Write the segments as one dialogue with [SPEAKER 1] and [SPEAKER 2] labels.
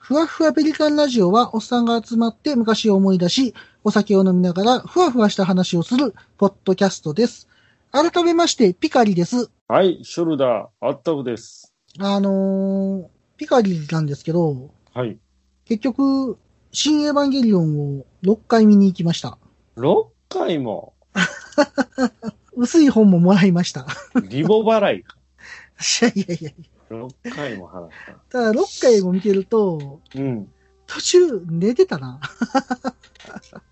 [SPEAKER 1] ふわふわペリカンラジオは、おっさんが集まって昔を思い出し、お酒を飲みながら、ふわふわした話をする、ポッドキャストです。改めまして、ピカリです。
[SPEAKER 2] はい、ショルダー、アッタフです。
[SPEAKER 1] あのー、ピカリなんですけど、
[SPEAKER 2] はい。
[SPEAKER 1] 結局、新エヴァンゲリオンを6回見に行きました。
[SPEAKER 2] 6回も、
[SPEAKER 1] 薄い本ももらいました。
[SPEAKER 2] リボ払い か。
[SPEAKER 1] いやいやいや。
[SPEAKER 2] 6回も払った
[SPEAKER 1] だ、6回も見てると、
[SPEAKER 2] た。うん。
[SPEAKER 1] 途中寝てたな。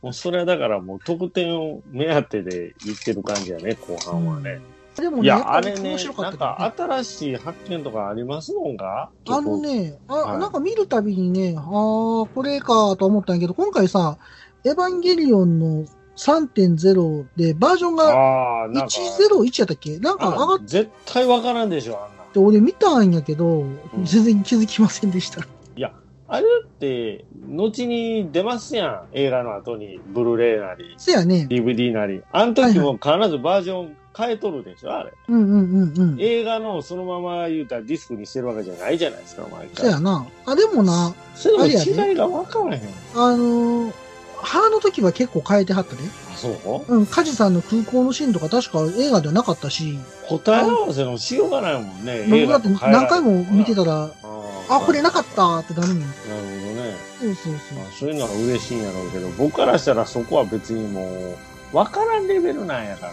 [SPEAKER 2] もうそれはだからもう得点を目当てで言ってる感じやね、後半はね。
[SPEAKER 1] でもね、
[SPEAKER 2] い
[SPEAKER 1] やっ
[SPEAKER 2] や、
[SPEAKER 1] ぱ
[SPEAKER 2] あ
[SPEAKER 1] り
[SPEAKER 2] れね
[SPEAKER 1] 面白、か
[SPEAKER 2] な
[SPEAKER 1] っ
[SPEAKER 2] ん
[SPEAKER 1] たからね
[SPEAKER 2] か新しい発見とかありますもんか
[SPEAKER 1] あの。ね、あ、
[SPEAKER 2] はい
[SPEAKER 1] なんか見るたびにね、ああ、これかと思ったんやけど、今回さ、エヴァンゲリオンの3.0でバージョン
[SPEAKER 2] 結構
[SPEAKER 1] が
[SPEAKER 2] ああ、なんか、
[SPEAKER 1] 101やったっけなんか上が
[SPEAKER 2] あ
[SPEAKER 1] っ
[SPEAKER 2] 絶対わからんでしょ、あんな。
[SPEAKER 1] て、俺見たんやけど、
[SPEAKER 2] ん
[SPEAKER 1] 全然気づきませんでした。
[SPEAKER 2] あれって、後に出ますやん。映画の後に、ブルーレイなり、
[SPEAKER 1] せやね。
[SPEAKER 2] DVD なり。あの時も必ずバージョン変えとるでしょ、あれ。
[SPEAKER 1] うんうんうんうん。
[SPEAKER 2] 映画のそのまま言うたらディスクにしてるわけじゃないじゃないですか、毎
[SPEAKER 1] せや
[SPEAKER 2] 回。
[SPEAKER 1] な。あ、でもな、
[SPEAKER 2] それも違いが分からへん。
[SPEAKER 1] あのー、ハーの時は結構変えてはったね。
[SPEAKER 2] あ、そう
[SPEAKER 1] うん、カジさんの空港のシーンとか確か映画ではなかったし、
[SPEAKER 2] 答え合わせのしようがないもんね。映
[SPEAKER 1] 僕だ
[SPEAKER 2] 画
[SPEAKER 1] って
[SPEAKER 2] と変えられ
[SPEAKER 1] 何回も見てたら、
[SPEAKER 2] あ
[SPEAKER 1] あ、これなかっ。たってなるもん。
[SPEAKER 2] なるほどね。
[SPEAKER 1] そうそうそう
[SPEAKER 2] まあ、。そういうのは嬉しいんやろうけど、僕からしたらそこは別にもう、分からんレベルなんやから、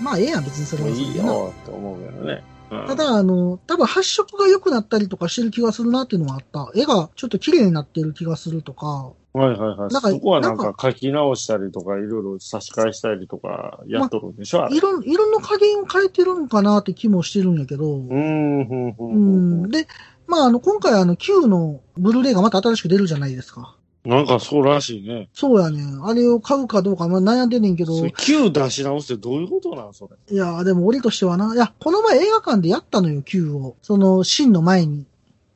[SPEAKER 1] まあ、ええやん、別にそれ
[SPEAKER 2] も
[SPEAKER 1] は
[SPEAKER 2] う
[SPEAKER 1] それ
[SPEAKER 2] いい
[SPEAKER 1] でな。
[SPEAKER 2] よって思うけどね。うん
[SPEAKER 1] た、だ、あの、多分発色が良くなったりとかしてる気がするなっていうのはあった。絵がちょっと綺麗になってる気がするとか、
[SPEAKER 2] はいはいはい。
[SPEAKER 1] な
[SPEAKER 2] そ
[SPEAKER 1] んか
[SPEAKER 2] こはなん
[SPEAKER 1] なん
[SPEAKER 2] か書き直したりとか、いろいろ差し替えしたりとか、やっとるんでしょ、あれ。
[SPEAKER 1] 色、色の加減を変えてるのかなって気もしてるんやけど、
[SPEAKER 2] うーん、ふんふん
[SPEAKER 1] う
[SPEAKER 2] ふんふん
[SPEAKER 1] ん。。で、まあ、あの、今回あの、Q のブルーレイがまた新しく出るじゃないですか。
[SPEAKER 2] なんかそうらしいね。
[SPEAKER 1] そうやね。あれを買うかどうか、まあ、悩んでんねんけど
[SPEAKER 2] そ、れ9出し直すってどういうことなんそれ。
[SPEAKER 1] いや、でも俺としてはな、いや、この前映画館でやったのよ、Q を。その、シーンの前に。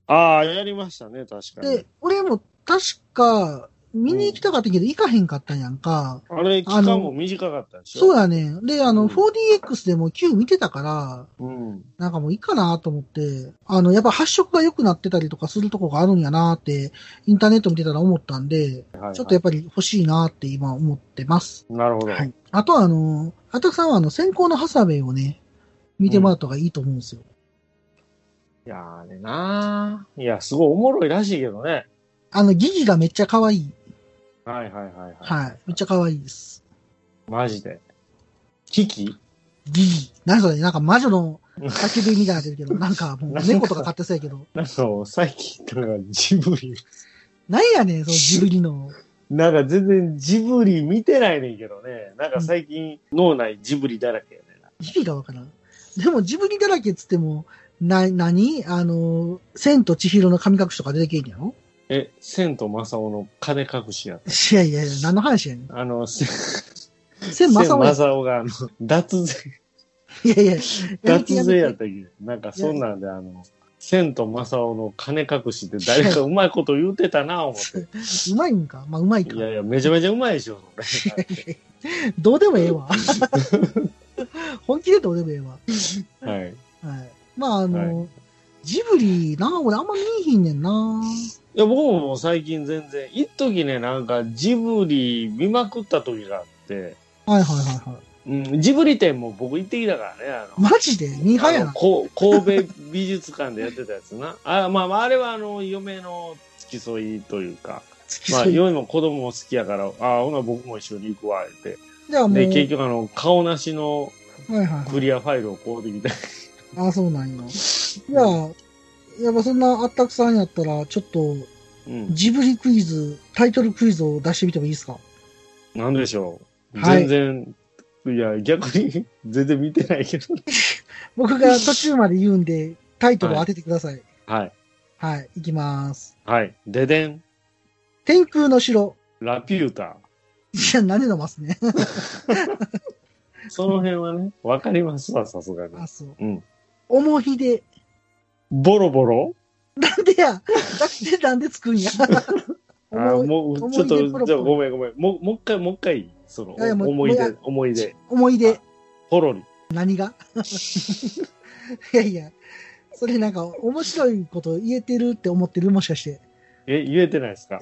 [SPEAKER 2] ああ、やりましたね、確かに
[SPEAKER 1] で。、俺も確か、見に行きたかったけど、行かへんかったんやんか。
[SPEAKER 2] あれ、期間も短かったでしょ
[SPEAKER 1] そうやね。で、あの、
[SPEAKER 2] うん
[SPEAKER 1] 4DX でも Q 見てたから、
[SPEAKER 2] うん。
[SPEAKER 1] なんかもういいかなと思って、あの、やっぱ発色が良くなってたりとかするとこがあるんやなって、インターネット見てたら思ったんで、
[SPEAKER 2] はい、はい。
[SPEAKER 1] ちょっとやっぱり欲しいなって今思ってます。
[SPEAKER 2] なるほど。
[SPEAKER 1] はい。あとはあの、あたくさんはあの、先行のハサウェイをね、見てもらった方がいいと思うんですよ。
[SPEAKER 2] いやーあれなーいや、すごいおもろいらしいけどね。
[SPEAKER 1] あの、ギギがめっちゃ可愛い。
[SPEAKER 2] はいはいはい、はい。
[SPEAKER 1] はい。めっちゃ可愛いです。
[SPEAKER 2] マジで。キキ
[SPEAKER 1] ギギ。何それなんか魔女の叫びみたいになってるけ ど、なんかもう猫とか飼ってそうやけど。
[SPEAKER 2] なんか、最近、なんかジブリ、
[SPEAKER 1] なんやねん、そのジブリの。
[SPEAKER 2] なんか全然ジブリ見てないねんけどね。なんか最近、脳内ジブリだらけやねんな。
[SPEAKER 1] 意味がわからん。でも、ジブリだらけっつっても、な、なにあの、千と千尋の神隠しとか出てけんやろ
[SPEAKER 2] え、千と正雄の金隠しやった。
[SPEAKER 1] いやいやいや、何の話やねん。
[SPEAKER 2] あの、せ
[SPEAKER 1] 千正雄や。
[SPEAKER 2] 正雄が、あの、脱税
[SPEAKER 1] いやいや、
[SPEAKER 2] 脱税やっ
[SPEAKER 1] めて
[SPEAKER 2] たっけなんかそんなんで、あの、千と正雄の金隠しって誰かうまいこと言うてたな、思 って。
[SPEAKER 1] うまいんかまあ、うまいか
[SPEAKER 2] い。やいや、めちゃめちゃうまいでしょ、それ
[SPEAKER 1] どうでもええわ。本気でどうでもええわ。
[SPEAKER 2] はい。い
[SPEAKER 1] はい。まあ、あの、ジブリな、俺あんま見えひんねんな。
[SPEAKER 2] や、僕ももう最近全然、一時ね、なんかジブリ見まくった時があって、
[SPEAKER 1] はいはいはいはい。
[SPEAKER 2] うん、ジブリ展も僕行ってきたからね、あの、
[SPEAKER 1] マジでミーハーや
[SPEAKER 2] あの
[SPEAKER 1] な。
[SPEAKER 2] こ神戸美術館でやってたやつな。あまあまあ、あれはあの、嫁の付き添いというか、
[SPEAKER 1] 付き
[SPEAKER 2] まあ、
[SPEAKER 1] 添い。
[SPEAKER 2] 嫁も子供も好きやから、ああ、ほな僕も一緒に行くわ、って。
[SPEAKER 1] じゃあもう、
[SPEAKER 2] で、結
[SPEAKER 1] は
[SPEAKER 2] 局あの、顔なしの
[SPEAKER 1] いはいはい。
[SPEAKER 2] クリアファイルをこうできた。
[SPEAKER 1] あ、そうなんや。いや、やっぱそんなあったくさんやったら、ちょっと、
[SPEAKER 2] うん。
[SPEAKER 1] ジブリクイズ、タイトルクイズを出してみてもいいですか
[SPEAKER 2] なんでしょう。
[SPEAKER 1] はい
[SPEAKER 2] 全然、いや、逆に 全然見てないけど。
[SPEAKER 1] 僕が途中まで言うんで、タイトルを当ててください。
[SPEAKER 2] はい。
[SPEAKER 1] はい、い、きます。
[SPEAKER 2] はい。ででん、
[SPEAKER 1] 天空の城。
[SPEAKER 2] ラピュータ。
[SPEAKER 1] いや、何で飲ますね。
[SPEAKER 2] その辺はね、わかりますわ、さすがに。
[SPEAKER 1] あ、そう。
[SPEAKER 2] うん。
[SPEAKER 1] 思い出。
[SPEAKER 2] ボロボロ
[SPEAKER 1] なん でや、なんで、なんでつくんや。
[SPEAKER 2] あ
[SPEAKER 1] 思い
[SPEAKER 2] も
[SPEAKER 1] 思
[SPEAKER 2] う、
[SPEAKER 1] い
[SPEAKER 2] ちょっ
[SPEAKER 1] 出ボロボロ
[SPEAKER 2] と、じゃあごめんごめん。もう、もう一回、もう一回、その、
[SPEAKER 1] いやいやもう
[SPEAKER 2] 思
[SPEAKER 1] も
[SPEAKER 2] い
[SPEAKER 1] う
[SPEAKER 2] 出、思い出。
[SPEAKER 1] 思い出。
[SPEAKER 2] ポロリ。
[SPEAKER 1] 何が いやいや、それなんか面白いこと言えてるって思ってるもしかして。
[SPEAKER 2] え、言えてな いですか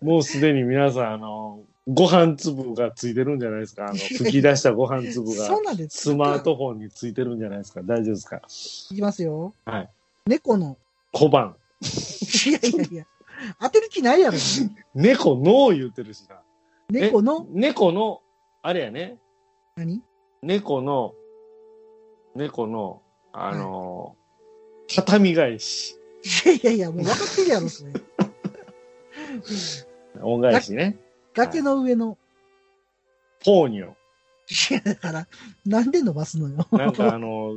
[SPEAKER 2] もうすでに皆さん、あの、ご飯粒がついてるんじゃないですかあ の、吹き出したご飯粒が
[SPEAKER 1] そうなんです。
[SPEAKER 2] スマー。トフォンについてるんじゃないですか大丈夫ですか
[SPEAKER 1] いきますよ。
[SPEAKER 2] はい。
[SPEAKER 1] 猫の。
[SPEAKER 2] 小判。
[SPEAKER 1] いやいやいや。当てる気ないやろ。
[SPEAKER 2] 猫の言ってるしな。
[SPEAKER 1] 猫の、
[SPEAKER 2] 猫の、あれやね。
[SPEAKER 1] 何
[SPEAKER 2] 猫の、猫の、あの、畳返し。
[SPEAKER 1] いやいやいや、もう分かってるやろ、それ。
[SPEAKER 2] 恩返しね。
[SPEAKER 1] 崖の上の。
[SPEAKER 2] ポーニョ。
[SPEAKER 1] いや、だから、なんで伸ばすのよ。
[SPEAKER 2] なんかあの、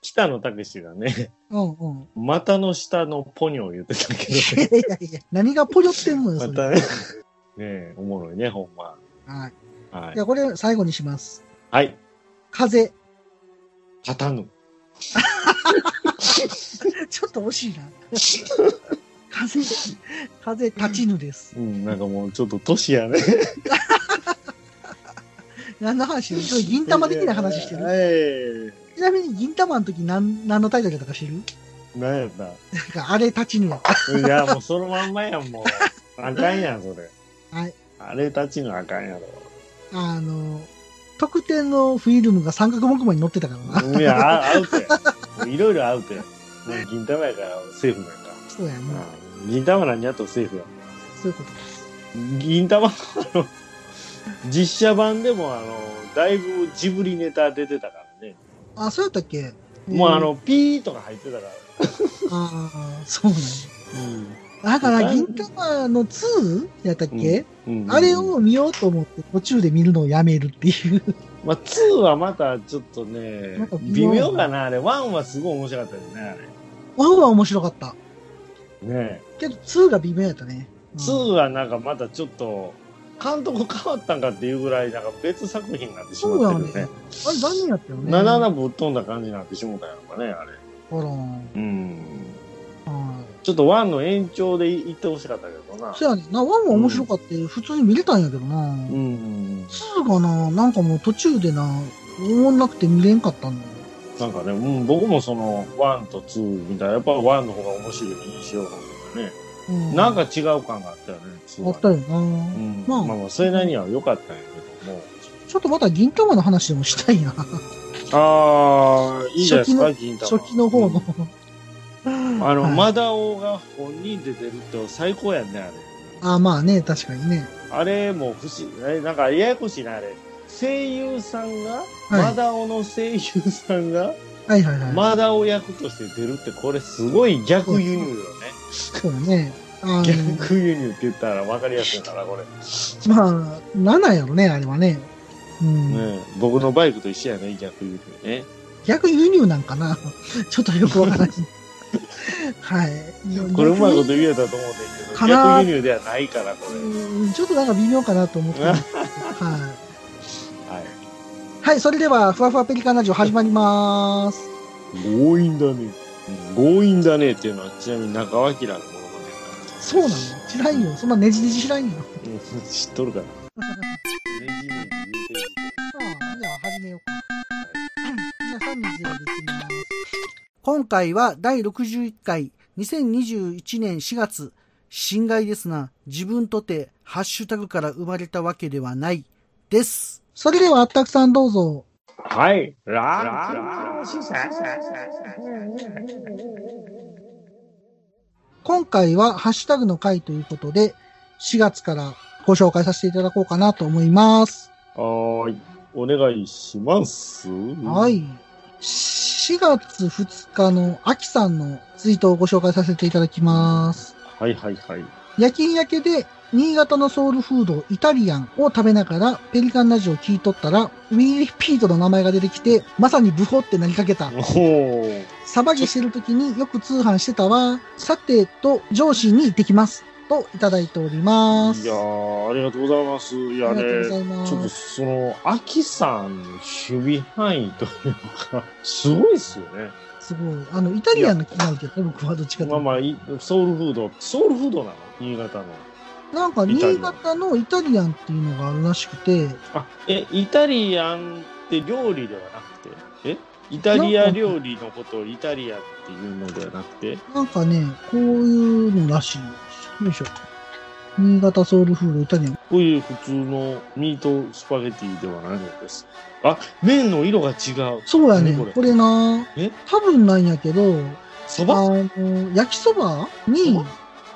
[SPEAKER 2] 北野武がね、
[SPEAKER 1] うんうん。
[SPEAKER 2] 股の下のポニョを言ってたけ
[SPEAKER 1] いやいやいや、何がポヨってんのよ、
[SPEAKER 2] ど、
[SPEAKER 1] そ
[SPEAKER 2] ま
[SPEAKER 1] れ。
[SPEAKER 2] たね、ねえおもろいね、ほんま。
[SPEAKER 1] はい。
[SPEAKER 2] は
[SPEAKER 1] じ
[SPEAKER 2] い
[SPEAKER 1] ゃ。あ、これ最後にします。
[SPEAKER 2] はい。
[SPEAKER 1] 風。
[SPEAKER 2] 立たぬ。
[SPEAKER 1] ちょっと惜しいな。風、風立ちぬです。
[SPEAKER 2] うん、なんかもうちょっと年やね。
[SPEAKER 1] 何の話してる銀玉的な話してる。
[SPEAKER 2] る。
[SPEAKER 1] ちなみに銀玉の時何、何のタイトルだったか知る
[SPEAKER 2] えなんやった
[SPEAKER 1] なんか、あれ立ちぬやった。
[SPEAKER 2] いや、もうそのまんまやん、 もう。あかんやん、それ。
[SPEAKER 1] はい。
[SPEAKER 2] あれたちのあかんやろ。
[SPEAKER 1] あの、特典のフィルムが三角木馬に載ってたからな。
[SPEAKER 2] いや、あアウトや。もういろいろアウトや。もう銀玉やからセーフなんか。
[SPEAKER 1] そうやな。
[SPEAKER 2] うん銀玉なんやとセーフや。
[SPEAKER 1] そういうことです。
[SPEAKER 2] 銀玉のあの実写版でもあのだいぶジブリネタ出てたからね、
[SPEAKER 1] あ、そうやったっけ
[SPEAKER 2] もうあ、のピーとか入ってたか
[SPEAKER 1] えーああ、そうなんや
[SPEAKER 2] ら、
[SPEAKER 1] だか
[SPEAKER 2] う
[SPEAKER 1] ら、
[SPEAKER 2] ん
[SPEAKER 1] 銀玉の 2? やったっけ、
[SPEAKER 2] うん
[SPEAKER 1] あれ、を見ようと思って途中で見るのをやめるって いう。
[SPEAKER 2] まあ、2はまたちょっとね
[SPEAKER 1] なんか微
[SPEAKER 2] 微
[SPEAKER 1] 妙
[SPEAKER 2] 妙かなあれ1はすごい面白かったよねあ
[SPEAKER 1] 1は面白かった。
[SPEAKER 2] れね、
[SPEAKER 1] けど2が微妙やったね。うん
[SPEAKER 2] 2はなんかまたちょっと監督変わったんかっていうぐらいなんか別作品になってし
[SPEAKER 1] そうや
[SPEAKER 2] まっ
[SPEAKER 1] ね
[SPEAKER 2] てるね。
[SPEAKER 1] あれ残念やったよね。
[SPEAKER 2] なだ
[SPEAKER 1] だ
[SPEAKER 2] なぶっ飛んだ感じになってしもたんやろかねあれ
[SPEAKER 1] ほらん。
[SPEAKER 2] う
[SPEAKER 1] う
[SPEAKER 2] ん
[SPEAKER 1] ん
[SPEAKER 2] ちょっと1の延長でい行ってほしかったけどな
[SPEAKER 1] そうやね。な、1も面白かったよ。普通に見れたんやけどな。
[SPEAKER 2] うん
[SPEAKER 1] 2がな、なんかもう途中でな、思んなくて見れんかったんだよ。
[SPEAKER 2] なんかね、うん、僕もその、ワンとツーみたいな、やっぱワンの方が面白い印象がね、
[SPEAKER 1] う
[SPEAKER 2] なんか違う感があったよね、ツー
[SPEAKER 1] あ
[SPEAKER 2] は
[SPEAKER 1] ったよ
[SPEAKER 2] う
[SPEAKER 1] な。
[SPEAKER 2] ん、
[SPEAKER 1] ま
[SPEAKER 2] ま
[SPEAKER 1] あ
[SPEAKER 2] あ、まあそれなりには良かったんやけども。
[SPEAKER 1] ちょっとまた銀玉の話でもしたいな。
[SPEAKER 2] ああ、いいじゃないですか、銀玉。
[SPEAKER 1] 初期の方の。
[SPEAKER 2] うんあの、
[SPEAKER 1] はい
[SPEAKER 2] マダオが本人で出るって最高やんね、あれ。
[SPEAKER 1] あ、まあね、確かにね。
[SPEAKER 2] あれも不思議、あれなんかややこしいな、あれ。声優さんが、
[SPEAKER 1] はい
[SPEAKER 2] マダオの声優さんが、
[SPEAKER 1] はいはいはい。
[SPEAKER 2] マダオ役として出るって、これすごい逆輸入よね。
[SPEAKER 1] そうだね。あの、
[SPEAKER 2] 逆輸入って言ったら分かりやすいから、これ。
[SPEAKER 1] まあ、7やろね、あれはね。うん。
[SPEAKER 2] ねえ、僕のバイクと一緒やね、逆輸入ね。
[SPEAKER 1] 逆輸入なんかなちょっとよくわからない。はい。
[SPEAKER 2] これうまいこと言えたと思うねんけ
[SPEAKER 1] か
[SPEAKER 2] ど、
[SPEAKER 1] な
[SPEAKER 2] 逆輸入ではないから、これ。
[SPEAKER 1] うんちょっとなんか微妙かなと思って る。は。
[SPEAKER 2] はい
[SPEAKER 1] はい、それでは、ふわふわペリカンラジオ始まります。
[SPEAKER 2] い。強引だね。強引だねっていうのは、ちなみに中脇らのものまねやか
[SPEAKER 1] そうなの知らんよ。そんなねじねじ知らんよ。
[SPEAKER 2] らうん知っとるから。ねじねじ言うてる
[SPEAKER 1] さあじゃあ始めようか。皆さん水を入れてみます。今回は第61回2021年4月、侵害ですな、自分とて、ハッシュタグから生まれたわけではない、です。それでは、あったくさんどうぞ。
[SPEAKER 2] はい。ランラン
[SPEAKER 1] 今回はハッシュタグの回ということで、4月からご紹介させていただこうかなと思います。
[SPEAKER 2] はーい。お願いします。。
[SPEAKER 1] はいい。4月2日のアキさんのツイートをご紹介させていただきます。
[SPEAKER 2] はいはいはい。
[SPEAKER 1] 夜勤明けで新潟のソウルフードイタリアンを食べながらペリカンラジオを聞いとったらウィーリピートの名前が出てきてまさにブホってなりかけた
[SPEAKER 2] おー。
[SPEAKER 1] さばぎしてる時によく通販してたわさてと上司に行ってきますといただいております
[SPEAKER 2] いやー、ありがとうございます。い
[SPEAKER 1] あ
[SPEAKER 2] や
[SPEAKER 1] りがとうござ
[SPEAKER 2] ね、
[SPEAKER 1] いま
[SPEAKER 2] ちょっと
[SPEAKER 1] す
[SPEAKER 2] その、アキさんの守備範囲というか、すごいっすよね。
[SPEAKER 1] すごいあのイタリアンの気になるけどね僕はどっちかと
[SPEAKER 2] まあ
[SPEAKER 1] いう
[SPEAKER 2] まあ、いソウルフード、ソウルフードなの新潟の。
[SPEAKER 1] となんか新潟のイタリアンっていうのがあるらしくて
[SPEAKER 2] あ、え、イタリアンって料理ではなくて、えイタリア料理のことをイタリアンっていうのではなくて、
[SPEAKER 1] なんかね、こういうのらしいです。よいしょ。新潟ソウルフードイタリアン。
[SPEAKER 2] こういう普通のミートスパゲティではないのです。あ、麺の色が違う。
[SPEAKER 1] そうやね。
[SPEAKER 2] 何こ
[SPEAKER 1] これ
[SPEAKER 2] れ
[SPEAKER 1] な。
[SPEAKER 2] え
[SPEAKER 1] 多分なんやけど、
[SPEAKER 2] そ
[SPEAKER 1] あ
[SPEAKER 2] ば
[SPEAKER 1] の、焼きそばに
[SPEAKER 2] そば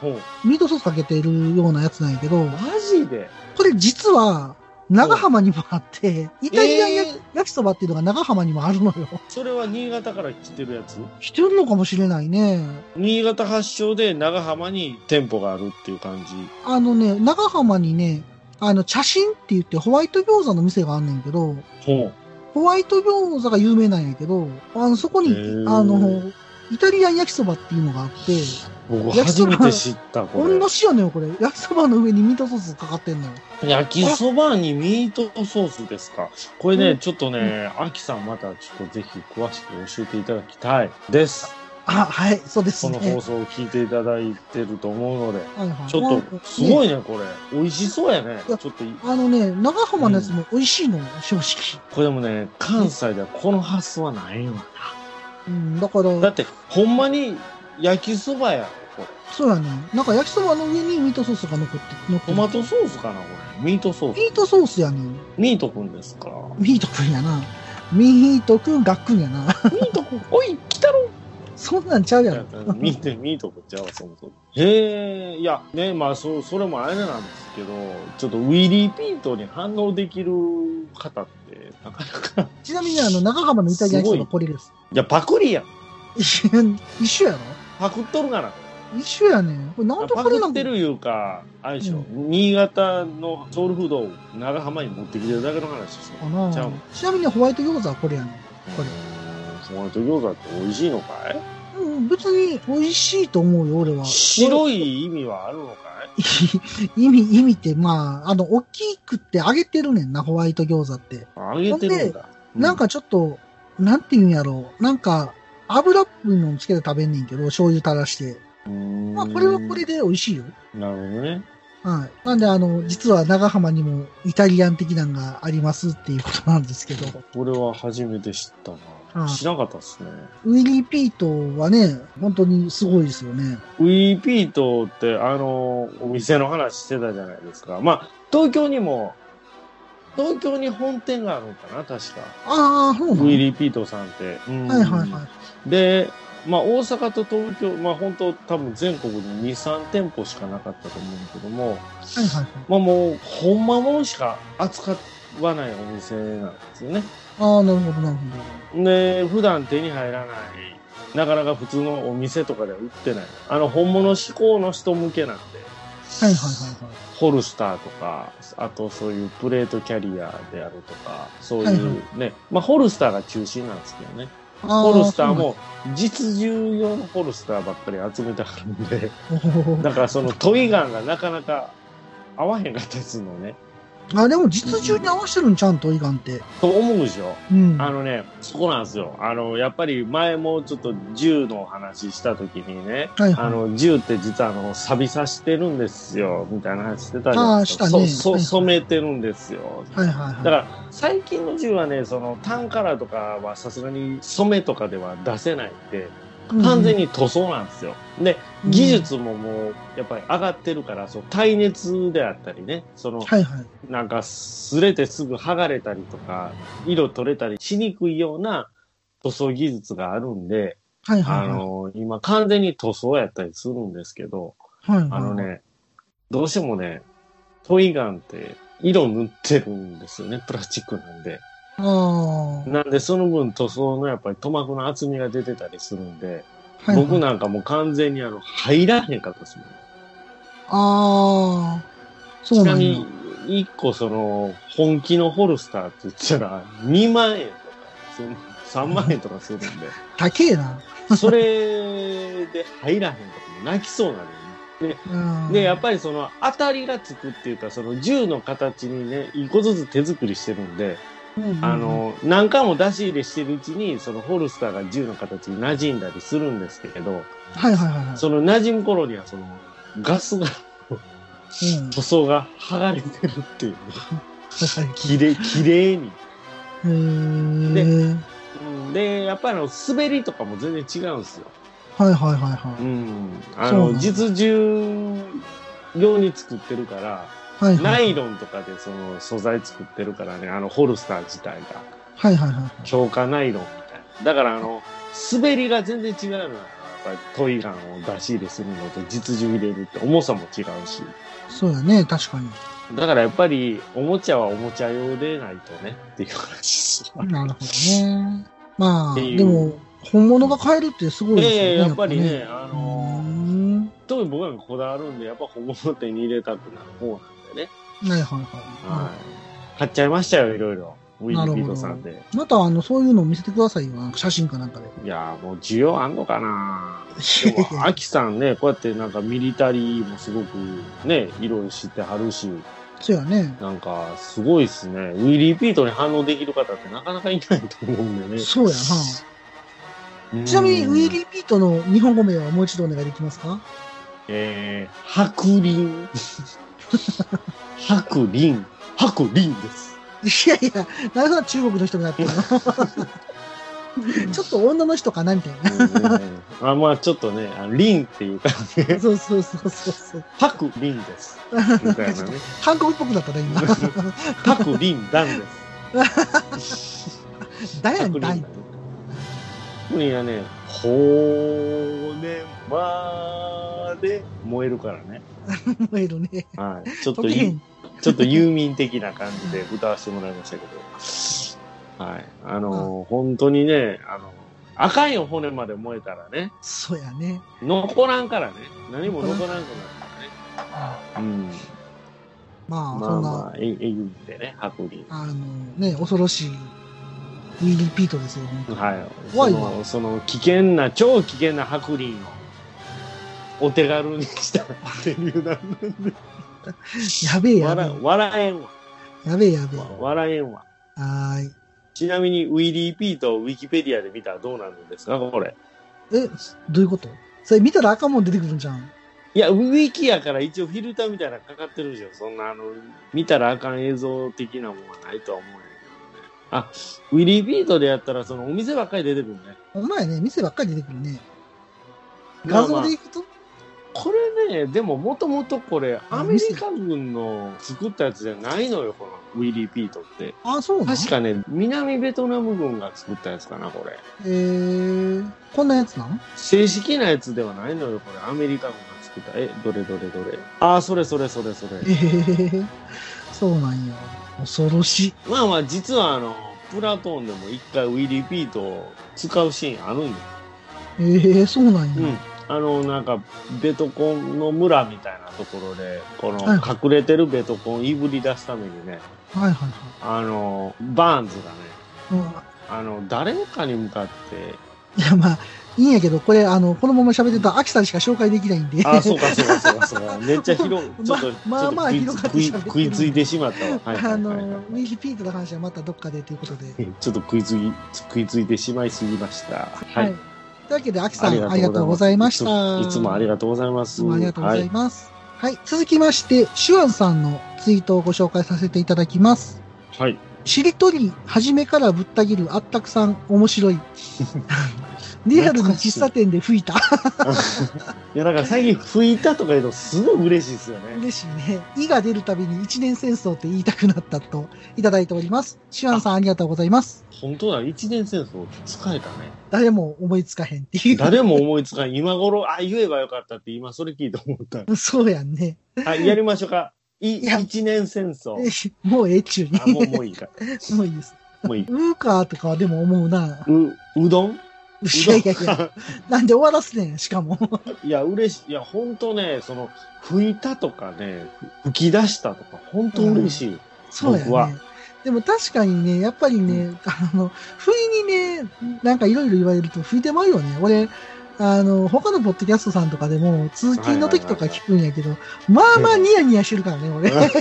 [SPEAKER 2] ほう
[SPEAKER 1] ミートソースかけてるようなやつなんやけど、
[SPEAKER 2] マジで
[SPEAKER 1] これ実は、長浜にもあって、イタリアン焼き
[SPEAKER 2] えー
[SPEAKER 1] 焼きそばっていうのが長浜にもあるのよ。
[SPEAKER 2] それは新潟から来てるやつ
[SPEAKER 1] してるのかもしれないね。
[SPEAKER 2] 新潟発祥で長浜に店舗があるっていう感じ。
[SPEAKER 1] あのね、長浜にね、あの、茶神って言ってホワイト餃子の店があんねんけど、
[SPEAKER 2] ほう。
[SPEAKER 1] ホワイト餃子が有名なんやけど、あの、そこに
[SPEAKER 2] へ、ー
[SPEAKER 1] あの、イタリアン焼きそばっていうのがあって、
[SPEAKER 2] 僕
[SPEAKER 1] 焼きそ
[SPEAKER 2] 初
[SPEAKER 1] ば
[SPEAKER 2] めて知った、これ
[SPEAKER 1] 同。じやねんよ、これ。焼きそばの上にミートソースかかってんのよ。
[SPEAKER 2] 焼きそばにミートソースですか。これね、
[SPEAKER 1] うん
[SPEAKER 2] ちょっとね、アキさんまたちょっとぜひ詳しく教えていただきたいです。
[SPEAKER 1] あ、はい、そうです
[SPEAKER 2] この
[SPEAKER 1] ね。
[SPEAKER 2] 放送を聞いていただいてると思うので。
[SPEAKER 1] はいはい
[SPEAKER 2] ちょっと、すごいね、これ。美味しそうやね。
[SPEAKER 1] いや
[SPEAKER 2] ちょっとい、
[SPEAKER 1] あのね、長浜のやつも美味しいのよ、正直。
[SPEAKER 2] これでもね、関西ではこの発想はないわ
[SPEAKER 1] うん、だから
[SPEAKER 2] な。、だって、ほんまに焼きそばや、これ。
[SPEAKER 1] そうやね。なんか焼きそばの上にミートソースが残って、乗って
[SPEAKER 2] ト
[SPEAKER 1] る
[SPEAKER 2] マトソースかな、これ。ミートソース。
[SPEAKER 1] ミートソースやねん。
[SPEAKER 2] ミートくんですか。
[SPEAKER 1] ミートくんやな。ミートくん、がっくんやな。
[SPEAKER 2] ミートくん、おい、来たろ
[SPEAKER 1] そんなんちゃうや
[SPEAKER 2] いや
[SPEAKER 1] ろ。
[SPEAKER 2] 見て見とこっちゃうそもそも。へえ、いや、ね、まあ、そう、それもあれなんですけど、ちょっとウィリーピートに反応できる方って、なかなか、
[SPEAKER 1] ちなみに、あの、長浜のイタリアン焼きそば
[SPEAKER 2] す
[SPEAKER 1] これです。
[SPEAKER 2] いや、パクリやん。
[SPEAKER 1] 一緒一緒やろ
[SPEAKER 2] パクっとるかな。
[SPEAKER 1] 一緒やねん。これなんで
[SPEAKER 2] パ
[SPEAKER 1] これ
[SPEAKER 2] ク
[SPEAKER 1] な
[SPEAKER 2] っ
[SPEAKER 1] ん
[SPEAKER 2] て
[SPEAKER 1] か、
[SPEAKER 2] るいうか、あれでしょ、
[SPEAKER 1] う
[SPEAKER 2] 新潟のソウルフードを長浜に持ってきてるだけの話ですよ
[SPEAKER 1] か。な
[SPEAKER 2] ちゃう
[SPEAKER 1] ちなみにホワイト餃子はこれやねん。これ
[SPEAKER 2] れ。ホワイト餃子って美味しいのかい
[SPEAKER 1] うん、別に美味しいと思うよ、俺は。
[SPEAKER 2] 白い意味はあるのかい
[SPEAKER 1] 意味、意味って、まあ、あの、大きくって揚げてるねんな、ホワイト餃子って。
[SPEAKER 2] あげてるんだ。う
[SPEAKER 1] なん、かちょっと、なんて言うんやろう。なんか、油っぽいのをつけて食べんねんけど、醤油垂らして。ま
[SPEAKER 2] ま
[SPEAKER 1] あ、これはこれ。で美味しいよ。
[SPEAKER 2] なるほどね。
[SPEAKER 1] はい。なんで、あの、実は長浜にもイタリアン的なんがありますっていうことなんですけど、
[SPEAKER 2] これは初めて知ったな。
[SPEAKER 1] うん
[SPEAKER 2] 知らなかったですね。
[SPEAKER 1] ウィリーピートはね、本当にすごいですよね。
[SPEAKER 2] ウィーピートって、あの、お店の話してたじゃないですか。まあ、東京にも、東京に本店があるのかな、確か。
[SPEAKER 1] ああ、そうな
[SPEAKER 2] ウ
[SPEAKER 1] の
[SPEAKER 2] ィリー・ピートさんって。うん
[SPEAKER 1] はいはいはい。
[SPEAKER 2] で、まあ、大阪と東京、まあ、本当多分全国に2、3店舗しかなかったと思うんだけど
[SPEAKER 1] は
[SPEAKER 2] も、
[SPEAKER 1] いはいはい。
[SPEAKER 2] まあ、もう、ほんまもんしか扱わないお店なんですよね。
[SPEAKER 1] ああ、なるほどなるほど。
[SPEAKER 2] で、普段手に入らない、なかなか普通のお店とかでは売ってない。あの、本物志向の人向けなんで、
[SPEAKER 1] はいはいはいはい。
[SPEAKER 2] ホルスターとか、あとそういうプレートキャリアであるとか、そうい
[SPEAKER 1] は
[SPEAKER 2] うね、まあ、ホルスターが中心なんですけどね。
[SPEAKER 1] あ
[SPEAKER 2] ホルスターも、実銃用のホルスターばっかり集めてあるんで、
[SPEAKER 1] そうなんや。
[SPEAKER 2] だからそのトイガンがなかなか合わへんかったりするのね。
[SPEAKER 1] あ、でも実銃に合わせてるんちゃんと、イガンって。
[SPEAKER 2] と思うでしょ
[SPEAKER 1] うん。
[SPEAKER 2] あのね、そこなんですよ。あの、やっぱり前もちょっと銃のお話しした時にね、
[SPEAKER 1] はいはい
[SPEAKER 2] あの、銃って実はあの、錆びさしてるんですよ、みたいな話してたじゃないですか。
[SPEAKER 1] あーしたね
[SPEAKER 2] そ
[SPEAKER 1] は
[SPEAKER 2] う、
[SPEAKER 1] い
[SPEAKER 2] そ染めてるんですよ。
[SPEAKER 1] はいはい
[SPEAKER 2] だ
[SPEAKER 1] は
[SPEAKER 2] か
[SPEAKER 1] い。
[SPEAKER 2] ら、最近の銃はね、その、単カラーとかはさすがに染めとかでは出せないんで、完全
[SPEAKER 1] に。
[SPEAKER 2] に塗装なんですよ。で、
[SPEAKER 1] うん
[SPEAKER 2] 技術ももう、やっぱり上がってるから、その耐熱であったりね、その、
[SPEAKER 1] はいはい。
[SPEAKER 2] なんか、擦れてすぐ剥がれたりとか、色取れたりしにくいような塗装技術があるんで、
[SPEAKER 1] はいは
[SPEAKER 2] あ
[SPEAKER 1] いはい。
[SPEAKER 2] の、今完全に塗装やったりするんですけど、
[SPEAKER 1] はいはい
[SPEAKER 2] あの。ね、どうしてもね、トイガンって色塗ってるんですよね、プラスチックなんで。
[SPEAKER 1] あ
[SPEAKER 2] なんで、その分塗装のやっぱり塗膜の厚みが出てたりするんで、
[SPEAKER 1] あ。
[SPEAKER 2] 僕
[SPEAKER 1] な。
[SPEAKER 2] なんかもう完全にあの、入らへんかったですもん。
[SPEAKER 1] ああ。そう
[SPEAKER 2] ち
[SPEAKER 1] な
[SPEAKER 2] なんみ
[SPEAKER 1] や
[SPEAKER 2] に。、1個その、本気のホルスターって言ったら、2万円とか、その3万円とか するんで、
[SPEAKER 1] 高えな。
[SPEAKER 2] それで入らへんとかも泣きそうなのよね。
[SPEAKER 1] うん。
[SPEAKER 2] で、で、やっぱりその、当たりがつくっていうか、その銃の形にね、一個ずつ手作りしてるんで、
[SPEAKER 1] うんうんうん
[SPEAKER 2] あ、の、何回も出し入れしてるうちに、そのホルスターが銃の形に馴染んだりするんですけれど、
[SPEAKER 1] はいはいはいはい。
[SPEAKER 2] その馴染む頃には、その、ガスが、
[SPEAKER 1] うん
[SPEAKER 2] 塗装が剥がれてるっていうね。
[SPEAKER 1] はいはい
[SPEAKER 2] きれい、きれいに。
[SPEAKER 1] へー
[SPEAKER 2] でうんで、やっぱりあの、滑りとかも全然違うんですよ。
[SPEAKER 1] はいはいはいは
[SPEAKER 2] う
[SPEAKER 1] い。
[SPEAKER 2] ん。あ
[SPEAKER 1] そうなん
[SPEAKER 2] の、
[SPEAKER 1] だ
[SPEAKER 2] 実銃用に作ってるから、
[SPEAKER 1] はいは
[SPEAKER 2] ナ
[SPEAKER 1] い。
[SPEAKER 2] イロンとかでその素材作ってるからね、あの、ホルスター自体が。
[SPEAKER 1] はいはいはい。
[SPEAKER 2] 強化ナイロンみたいな。だからあの、滑りが全然違うのよ。やっぱりトイガンを出し入れするのと実銃入れるって重さも違うし。
[SPEAKER 1] そうやね、確かに。
[SPEAKER 2] だからやっぱり、おもちゃはおもちゃ用でないとね、っていう話です。
[SPEAKER 1] なるほどね。まあ、
[SPEAKER 2] っていう
[SPEAKER 1] でも、本物が買えるってすごいですよね。
[SPEAKER 2] ええやっぱりね
[SPEAKER 1] っ
[SPEAKER 2] あ
[SPEAKER 1] ぱね
[SPEAKER 2] の
[SPEAKER 1] うーん
[SPEAKER 2] 特に僕なんかこだわるんで、やっぱ本物手に入れたくなる方なんでね。
[SPEAKER 1] はいはいはい。
[SPEAKER 2] はい。買っちゃいましたよ、いろいろ。ウィ
[SPEAKER 1] な
[SPEAKER 2] リ
[SPEAKER 1] るほど
[SPEAKER 2] ービートさんで。
[SPEAKER 1] また、あの、そういうのを見せてくださいよ。あの写真かなんかで。
[SPEAKER 2] いやー、もう需要あんのかなで も、アキさんね、 こうやってなんかミリタリーもすごくね、いろいろ知ってはるし、
[SPEAKER 1] そうやね。
[SPEAKER 2] なんかすごいっすね。ウィリーピートに反応できる方ってなかなかいないと思うんでね。
[SPEAKER 1] そうや
[SPEAKER 2] うん
[SPEAKER 1] な。ちなみに、ウィリー・ピートの日本語名はもう一度お願いできますか
[SPEAKER 2] えー、白輪。白輪。白輪で
[SPEAKER 1] い
[SPEAKER 2] す。
[SPEAKER 1] やいや、なんか中国の人にな ってるの。ちょっと女の人かなみたいな。
[SPEAKER 2] あまあちょっとね、あ輪っていうか、
[SPEAKER 1] そうそうそうそうそう。
[SPEAKER 2] 白輪です。みた いなね。
[SPEAKER 1] 韓国っぽくなったね、 今。
[SPEAKER 2] 白輪団です。
[SPEAKER 1] だや
[SPEAKER 2] 白
[SPEAKER 1] ん、
[SPEAKER 2] 輪
[SPEAKER 1] だ
[SPEAKER 2] 団
[SPEAKER 1] い。。
[SPEAKER 2] 国がね、骨まで燃えるからね。
[SPEAKER 1] 燃えるね。
[SPEAKER 2] はい。ちょ
[SPEAKER 1] 溶
[SPEAKER 2] っと
[SPEAKER 1] けへ
[SPEAKER 2] ゆ
[SPEAKER 1] ん。
[SPEAKER 2] ちょっと遊民的な感じで歌わせてもらいましたけど。はい。あの、本当にね、あの、赤いよ骨まで燃えたらね、
[SPEAKER 1] そうやね。
[SPEAKER 2] 残らんからね。何も残らんくなるからね。うん。
[SPEAKER 1] まあ、
[SPEAKER 2] ま
[SPEAKER 1] そ
[SPEAKER 2] あ
[SPEAKER 1] んな、
[SPEAKER 2] まあ、ええぐみでね、白輪。
[SPEAKER 1] あのね、恐ろしい、ウィリー・ピートですよ、本当に
[SPEAKER 2] はい。
[SPEAKER 1] 怖い
[SPEAKER 2] そ
[SPEAKER 1] わ
[SPEAKER 2] の、その危険な、超危険な白輪をお手軽にしたっていうなんで
[SPEAKER 1] やべえやべ
[SPEAKER 2] 笑笑えんわ。
[SPEAKER 1] え。やべえやべえ。
[SPEAKER 2] 笑えんわ。
[SPEAKER 1] はーい。ち
[SPEAKER 2] ちなみに、ウィリー・ピートをウィキペディアで見たらどうなるんですかこれ。
[SPEAKER 1] え、どういうことそれ見たら赤もん出てくるんじゃん。
[SPEAKER 2] いや、ウィキやから一応フィルターみたいなのかかってるでしょ。そんな、あの、見たらあかん映像的なもんはないとは思うんやけどね。あ、ウィリービートでやったら、そのお店ばっかり出てくるね。
[SPEAKER 1] お前ね、店ばっかり出てくるね。画
[SPEAKER 2] ま
[SPEAKER 1] 像
[SPEAKER 2] あまあ
[SPEAKER 1] でいくと、
[SPEAKER 2] これね、でももともとこれ、アメリカ軍の作ったやつじゃないのよ、このウィリーピートって。
[SPEAKER 1] あそうなの
[SPEAKER 2] 確かね、南ベトナム軍が作ったやつかな、これ。
[SPEAKER 1] えー、こんなやつなん
[SPEAKER 2] 正式なやつではないのよ、これ。アメリカ軍が作った。え、どれどれどれ。あー、それそれそれそれ。
[SPEAKER 1] えー、そうなんや。恐ろしい。
[SPEAKER 2] まあまあ、実はあの、プラトンでも一回ウィリーピートを使うシーンあるんよ。
[SPEAKER 1] えー、そうなんや。
[SPEAKER 2] うん。あの、なんか、ベトコンの村みたいなところで、この
[SPEAKER 1] はい
[SPEAKER 2] 隠れてるベトコンいぶり出すためにね、
[SPEAKER 1] はいはいはい。
[SPEAKER 2] あの、バーンズがね、
[SPEAKER 1] うん、
[SPEAKER 2] あの、誰かに向かって、
[SPEAKER 1] いや、まあ、いいんやけど、これ、あの、このまま喋ってたら、秋さんしか紹介できないんで。
[SPEAKER 2] あ、そうかそうかそうかそうか、めっちゃ広、
[SPEAKER 1] ま
[SPEAKER 2] ちょっと、
[SPEAKER 1] まあまあ
[SPEAKER 2] ちょ
[SPEAKER 1] 広が
[SPEAKER 2] っと
[SPEAKER 1] って
[SPEAKER 2] 食い
[SPEAKER 1] し
[SPEAKER 2] 食
[SPEAKER 1] まっ
[SPEAKER 2] い
[SPEAKER 1] てる
[SPEAKER 2] 食いついてしまったわ。はいは
[SPEAKER 1] あ
[SPEAKER 2] い
[SPEAKER 1] の
[SPEAKER 2] はいはい、
[SPEAKER 1] ウィリー・ピートの話はまたどっかでということで。
[SPEAKER 2] ちょっと食いつい、食いついてしまいすぎました。はい。
[SPEAKER 1] というわけで、アキさん、ありがとうございまし
[SPEAKER 2] い
[SPEAKER 1] た。
[SPEAKER 2] ついつもありがとうございま
[SPEAKER 1] い
[SPEAKER 2] す。
[SPEAKER 1] つもありがとうござ
[SPEAKER 2] はい
[SPEAKER 1] ます。はい、続きまして、シュアンさんのツイートをご紹介させていただきます。
[SPEAKER 2] いはい。
[SPEAKER 1] しりとり、初めからぶった切るあったくさん、面白 い。リアルに喫茶店で吹いた。
[SPEAKER 2] いや、だから最近吹いたとか言うとすごい嬉しいですよね。
[SPEAKER 1] 嬉しいね。意が出るたびに一年戦争って言いたくなったと、いただいております。シュアンさん、ありがとうございます。
[SPEAKER 2] 本当だ、一年戦争使えたね。
[SPEAKER 1] 誰も思いつかへんっていう。
[SPEAKER 2] 誰も思いつかん。今頃、あ、言えばよかったって今それ聞いて思った。
[SPEAKER 1] そうやんね。
[SPEAKER 2] はい、やりましょうか。い
[SPEAKER 1] いや
[SPEAKER 2] 一年戦争。
[SPEAKER 1] もうええっちゅうに。
[SPEAKER 2] あ、もう、もういいか。
[SPEAKER 1] もういいです。
[SPEAKER 2] もういい。
[SPEAKER 1] ウーカーとかはでも思うな。
[SPEAKER 2] う、うどん
[SPEAKER 1] いやいやいや、なんで終わらすねん、しかも。
[SPEAKER 2] いや、嬉しい。いや、本当ね、その、吹いたとかね、吹き出したとか、本当嬉しい。
[SPEAKER 1] そう
[SPEAKER 2] 僕
[SPEAKER 1] や
[SPEAKER 2] は
[SPEAKER 1] ね。でも確かにね、やっぱりね、あの、不意にね、なんかいろいろ言われると吹いてまうよね。俺、あの、他のポッドキャストさんとかでも、通勤の時とか聞くんやけど、まあまあニヤニヤしてるからね、俺。
[SPEAKER 2] 危ない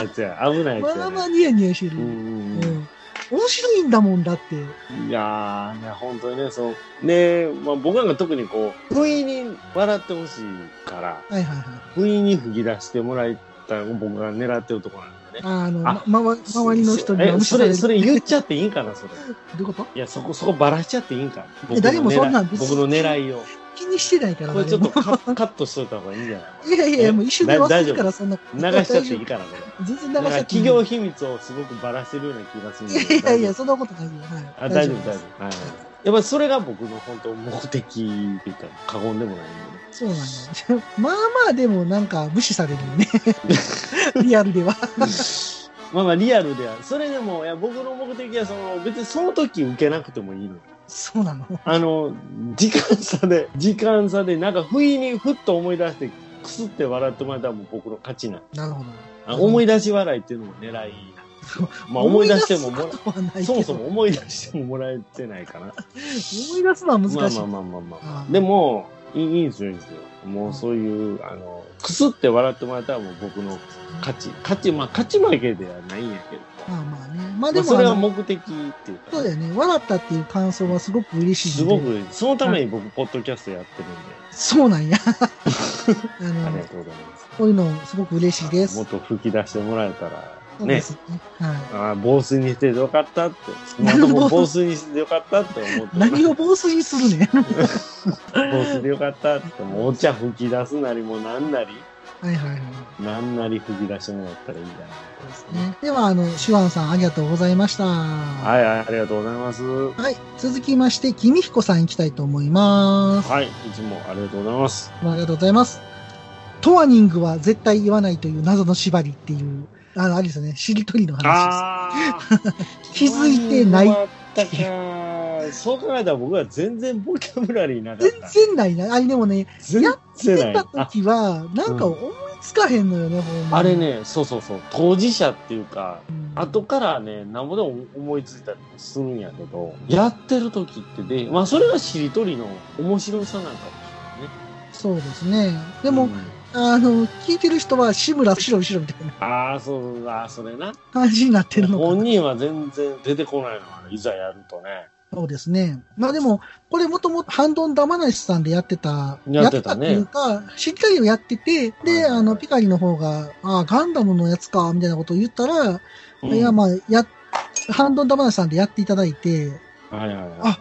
[SPEAKER 2] やつや、危ないや つ
[SPEAKER 1] ま
[SPEAKER 2] や、
[SPEAKER 1] あまあ
[SPEAKER 2] ね。
[SPEAKER 1] ニヤニヤしてる。
[SPEAKER 2] う
[SPEAKER 1] うん。
[SPEAKER 2] んうん
[SPEAKER 1] 面白いんだもんだって。
[SPEAKER 2] うん、いやー、ね、本当にね、その、ね、まあ、僕なんか特にこう、不意に笑ってほしいから、
[SPEAKER 1] はいはいは
[SPEAKER 2] 不意に吹き出してもらいたい、僕が狙ってるところなんで
[SPEAKER 1] あの、
[SPEAKER 2] あ
[SPEAKER 1] ま、まわ周りの人には
[SPEAKER 2] え
[SPEAKER 1] 無視
[SPEAKER 2] そ
[SPEAKER 1] され
[SPEAKER 2] れ、
[SPEAKER 1] る。
[SPEAKER 2] それ言っちゃっていいんかな、それ。
[SPEAKER 1] どういうこと
[SPEAKER 2] いや、そこ、そこばらしちゃっていいんかな。僕の
[SPEAKER 1] え誰もそんなん
[SPEAKER 2] 狙い
[SPEAKER 1] 別に
[SPEAKER 2] 僕の狙いを。
[SPEAKER 1] 気にしてないから、
[SPEAKER 2] これちょっと
[SPEAKER 1] 誰も
[SPEAKER 2] カッカットしといた方がいいんじゃない
[SPEAKER 1] いやいやいや、もう一瞬で
[SPEAKER 2] だ
[SPEAKER 1] 忘れ
[SPEAKER 2] 大
[SPEAKER 1] る
[SPEAKER 2] 丈夫
[SPEAKER 1] から、そんな。
[SPEAKER 2] 流しちゃっていいから、これ。
[SPEAKER 1] 全然流しち
[SPEAKER 2] だか
[SPEAKER 1] ゃ
[SPEAKER 2] ら
[SPEAKER 1] ってい
[SPEAKER 2] 企
[SPEAKER 1] い。
[SPEAKER 2] 業秘密をすごくばらしてるような気がするん
[SPEAKER 1] い
[SPEAKER 2] で
[SPEAKER 1] やいやいや、
[SPEAKER 2] 大丈
[SPEAKER 1] そんなことないよ。はい
[SPEAKER 2] 夫あ大丈夫、大
[SPEAKER 1] です
[SPEAKER 2] 丈夫。はい。やっぱりそれが僕の本当目的っていうか、過言でも ないんでね。
[SPEAKER 1] そうなんだ。まあまあ、でもなんか無視されるよ ね。リアルでは。
[SPEAKER 2] まあまあリアルではそれでもいや僕の目的はその別にその時受けなくてもいいの
[SPEAKER 1] そうなの。
[SPEAKER 2] あの時間差で時間差でなんか不意にふっと思い出してくすって笑ってもらったらもう僕の勝ちな
[SPEAKER 1] なるほ
[SPEAKER 2] あ
[SPEAKER 1] ど。
[SPEAKER 2] 思い
[SPEAKER 1] 出
[SPEAKER 2] 出し笑いっていうのも狙 いなんですよまあ思
[SPEAKER 1] 思い
[SPEAKER 2] い
[SPEAKER 1] 出
[SPEAKER 2] 出
[SPEAKER 1] す
[SPEAKER 2] してもも
[SPEAKER 1] ことはないけ
[SPEAKER 2] ら
[SPEAKER 1] ど
[SPEAKER 2] そもそも思い出してももらえてないかな
[SPEAKER 1] 思い出すのは 難しい。
[SPEAKER 2] まあまあまあまあまあ、
[SPEAKER 1] うん
[SPEAKER 2] でもいいいいんですよいいんですよもうそういうあのくすって笑ってもらったらもう僕の勝ち勝ちまあ勝ち負けではないんやけど
[SPEAKER 1] まあまあね。まあ
[SPEAKER 2] ま
[SPEAKER 1] で
[SPEAKER 2] あ、
[SPEAKER 1] も、
[SPEAKER 2] それは
[SPEAKER 1] あの
[SPEAKER 2] 目的っていうか、
[SPEAKER 1] そうだよね。笑ったっていう感想はすごく嬉しい。
[SPEAKER 2] すご。く、そのために僕、ポッドキャストやってるんで、
[SPEAKER 1] そうなん や。あの
[SPEAKER 2] ありがとうございます。
[SPEAKER 1] こういうのすごく嬉しいです。
[SPEAKER 2] もっと吹き出してもらえたら、
[SPEAKER 1] そうで
[SPEAKER 2] ね、
[SPEAKER 1] すね。は
[SPEAKER 2] ああ、防水にしてよかったって、今
[SPEAKER 1] 何
[SPEAKER 2] の
[SPEAKER 1] を
[SPEAKER 2] ところ防水にしてよかったって思って
[SPEAKER 1] い。
[SPEAKER 2] ます、
[SPEAKER 1] 何を防水にするねん。
[SPEAKER 2] 防水でよかったって、もうお茶吹き出すなり、もうなんなり、
[SPEAKER 1] はいはいはい。
[SPEAKER 2] なんなり吹き出してもらったらいいんじゃない
[SPEAKER 1] そうですね。では、あの、シュワンさんありがとうございました。は。
[SPEAKER 2] はい、はい、ありがとうございます。はい
[SPEAKER 1] 続きまして、君彦さん行きたいと思います。
[SPEAKER 2] い、いつもありがとうございます。
[SPEAKER 1] ありがとうございます。トワニングは絶対言わないという謎の縛りっていう、あの、あれですよね、しりとりの話
[SPEAKER 2] ああ
[SPEAKER 1] 気づいてない
[SPEAKER 2] 困ったか。そう考えたら僕は全然ボキャブラリーなかっ
[SPEAKER 1] です。
[SPEAKER 2] た。
[SPEAKER 1] 全然ないな。あれでもね、
[SPEAKER 2] 全然
[SPEAKER 1] 出
[SPEAKER 2] な
[SPEAKER 1] た
[SPEAKER 2] い。あ
[SPEAKER 1] 時は、なんか
[SPEAKER 2] うん
[SPEAKER 1] 思いつかへんのよね、ほんま
[SPEAKER 2] あ
[SPEAKER 1] に
[SPEAKER 2] れ。ね、そうそうそう、当事者っていうか、
[SPEAKER 1] うん
[SPEAKER 2] 後からね、なんぼでも思いついたりするんやけど、やってる時ってで、まあそれがしりとりの面白さなんかもしれないね。
[SPEAKER 1] そうですね。で
[SPEAKER 2] で
[SPEAKER 1] も、あの、聞いてる人は、志村、後ろ後ろみたいな
[SPEAKER 2] ああ、そう、ああ、それな。
[SPEAKER 1] 感じになってるのか
[SPEAKER 2] 本
[SPEAKER 1] な。
[SPEAKER 2] 人は全然出てこないのかな、いざやるとね。
[SPEAKER 1] そうですね。まあでも、これもともと、ハンドンダマナシさんでやってた、
[SPEAKER 2] やってた
[SPEAKER 1] や
[SPEAKER 2] ね
[SPEAKER 1] っていうか、知りたいをやってて、
[SPEAKER 2] はい
[SPEAKER 1] で、
[SPEAKER 2] はい
[SPEAKER 1] あの、ピカリの方が、ああ、ガンダムのやつか、みたいなことを言ったら、いや、まあ、や、ハンドンダマナシさんでやっていただいて、
[SPEAKER 2] あ、はいはいはい。
[SPEAKER 1] あ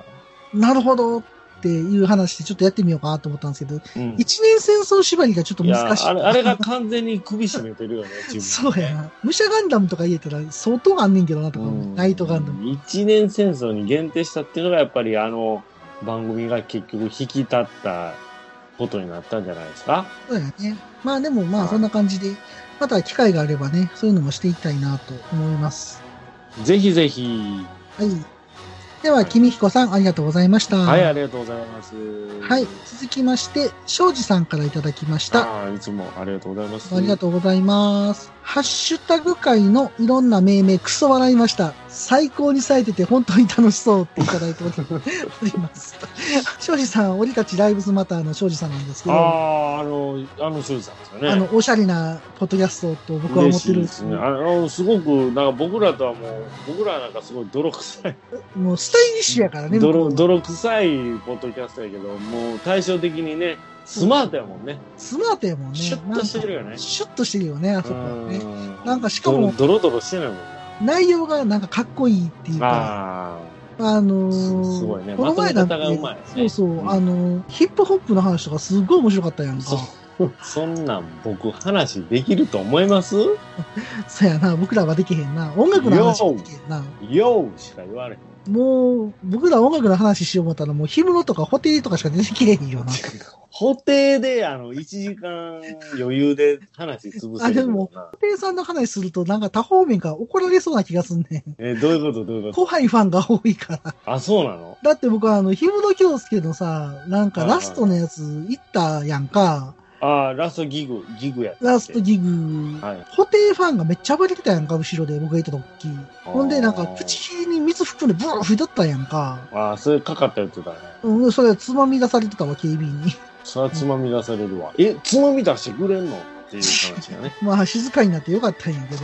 [SPEAKER 1] なるほどっていう話でちょっとやってみようかなと思ったんですけど、
[SPEAKER 2] うん
[SPEAKER 1] 一年戦争縛りがちょっと
[SPEAKER 2] いや
[SPEAKER 1] 難しい。
[SPEAKER 2] あれあれが完全に首絞めてるよね、自分、
[SPEAKER 1] そうや。な。武者ガンダムとか言えたら相当あんねんけどなとか思う、
[SPEAKER 2] うん
[SPEAKER 1] ナイトガンダム。
[SPEAKER 2] 一年戦争に限定したっていうのがやっぱりあの番組が結局引き立ったことになったんじゃないですか
[SPEAKER 1] そうやね。まあでもま
[SPEAKER 2] は
[SPEAKER 1] あ
[SPEAKER 2] い
[SPEAKER 1] そんな感じで、また機会があればね、そういうのもしていきたいなと思います。
[SPEAKER 2] ぜひぜひ
[SPEAKER 1] はい。では、君彦さんありがとうございました。
[SPEAKER 2] はいありがとうございます
[SPEAKER 1] はい。続きまして、庄司さんからいただきました。
[SPEAKER 2] あーいつもありがとうございます
[SPEAKER 1] ありがとうございます。ハッシュタグ界のいろんな命名、クソ笑いました。最高に冴えてて本当に楽しそうっていただいておりおり ます。庄司さん、俺たちライブズマターの庄司さんなんですけ
[SPEAKER 2] あ
[SPEAKER 1] ど、あ
[SPEAKER 2] ああのあの庄司さんですよね
[SPEAKER 1] の、おしゃれなポッドキャストと僕は思
[SPEAKER 2] 嬉
[SPEAKER 1] っ
[SPEAKER 2] してい
[SPEAKER 1] るん
[SPEAKER 2] で
[SPEAKER 1] です
[SPEAKER 2] す
[SPEAKER 1] け
[SPEAKER 2] ね
[SPEAKER 1] ど、
[SPEAKER 2] あのすごくなんか僕らとはもう僕らなんかすごい泥臭い
[SPEAKER 1] もうスタイリッシュやからね、
[SPEAKER 2] 泥
[SPEAKER 1] 僕は
[SPEAKER 2] 泥臭いポッドキャストやけどもう対照的にねスマートやもんね
[SPEAKER 1] スマートやもんね。
[SPEAKER 2] シュッとしてるよね
[SPEAKER 1] なんかシュッとしてるよね、あそこはね。
[SPEAKER 2] う
[SPEAKER 1] なんかしかも
[SPEAKER 2] ドロドロしてないもんね
[SPEAKER 1] 内容がなんかかっこいいっていうか、
[SPEAKER 2] あ
[SPEAKER 1] あの
[SPEAKER 2] あ、
[SPEAKER 1] ー
[SPEAKER 2] すすごいね。
[SPEAKER 1] この
[SPEAKER 2] まと
[SPEAKER 1] 前
[SPEAKER 2] め
[SPEAKER 1] なん
[SPEAKER 2] 方
[SPEAKER 1] て
[SPEAKER 2] がうまいね。
[SPEAKER 1] そうそう、
[SPEAKER 2] ん
[SPEAKER 1] あの、ヒップホップの話とかすごい面白かったやんか。
[SPEAKER 2] そ
[SPEAKER 1] そう
[SPEAKER 2] そんなん僕話できると思います
[SPEAKER 1] やな、僕らはできへんな。音楽の話はできへんな。
[SPEAKER 2] ようしか言われへん。
[SPEAKER 1] もう、僕ら音楽の話しよう思ったら、もう氷室とかホテルとかしか出てきへんよ な。
[SPEAKER 2] 法廷で、あの、1時間余裕で話潰せるような。
[SPEAKER 1] ペイさんの話すると、なんか多方面から怒られそうな気がすんねん。
[SPEAKER 2] え、どういうことどういうこと
[SPEAKER 1] 怖いファンが多いから。
[SPEAKER 2] あ、そうなの
[SPEAKER 1] だって僕はあの、氷室京介のさ、なんかラストのやつ行ったやんか。
[SPEAKER 2] ああ、ラストギグ、ギグやったっけ
[SPEAKER 1] ラストギグ。
[SPEAKER 2] はい。
[SPEAKER 1] ホテルファンがめっちゃ暴れてたやんか、後ろで僕がいた時。ほんで、なんか、プチに水含んでブー吹いとったやんか。
[SPEAKER 2] ああ、それかかったやつだね。
[SPEAKER 1] うん、それつまみ出されてたわ、警備員に。
[SPEAKER 2] それはつまみ出されるわ。え、つまみ出してくれんのっていう話がね。
[SPEAKER 1] まあ、静かになってよかったんやけ ど、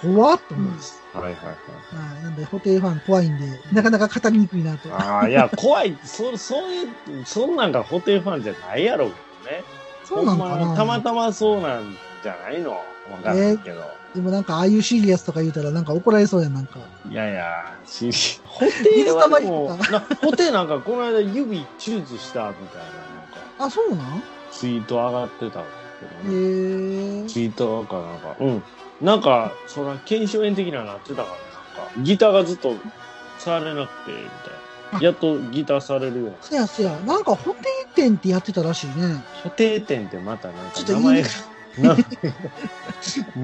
[SPEAKER 1] 怖っと思います。
[SPEAKER 2] はいはいはい。
[SPEAKER 1] まあ、なんで、ホテルファン怖いんで、なかなか語りにくいなと。
[SPEAKER 2] ああ、いや、怖い。そ、そういう、そんなんがホテルファンじゃないやろうけどね。
[SPEAKER 1] そうなん
[SPEAKER 2] ほ
[SPEAKER 1] か
[SPEAKER 2] んま
[SPEAKER 1] な。
[SPEAKER 2] たまたまそうなんじゃないのわかんないけど。
[SPEAKER 1] でもなんか、ああいうシリアスとか言うたら、なんか怒られそうやん、なんか。
[SPEAKER 2] いやいや、し、ホテルはでも、なホテルなんかこの間指手術したみたいな、なんか、
[SPEAKER 1] あ、そうなん
[SPEAKER 2] ツイート上がってたんですけ
[SPEAKER 1] へ
[SPEAKER 2] どね。
[SPEAKER 1] え。
[SPEAKER 2] ツイートかなんか、うん。なんか、そら、腱鞘炎的なのなってたから、なんか、ギターがずっと触れなくて、みたいな。やっとギター触れるような。
[SPEAKER 1] そやそや。なんか、補填店ってやってたらしいね。
[SPEAKER 2] 固定点ってまたなんか
[SPEAKER 1] ちょっと
[SPEAKER 2] 名
[SPEAKER 1] いい
[SPEAKER 2] 前
[SPEAKER 1] ね
[SPEAKER 2] が、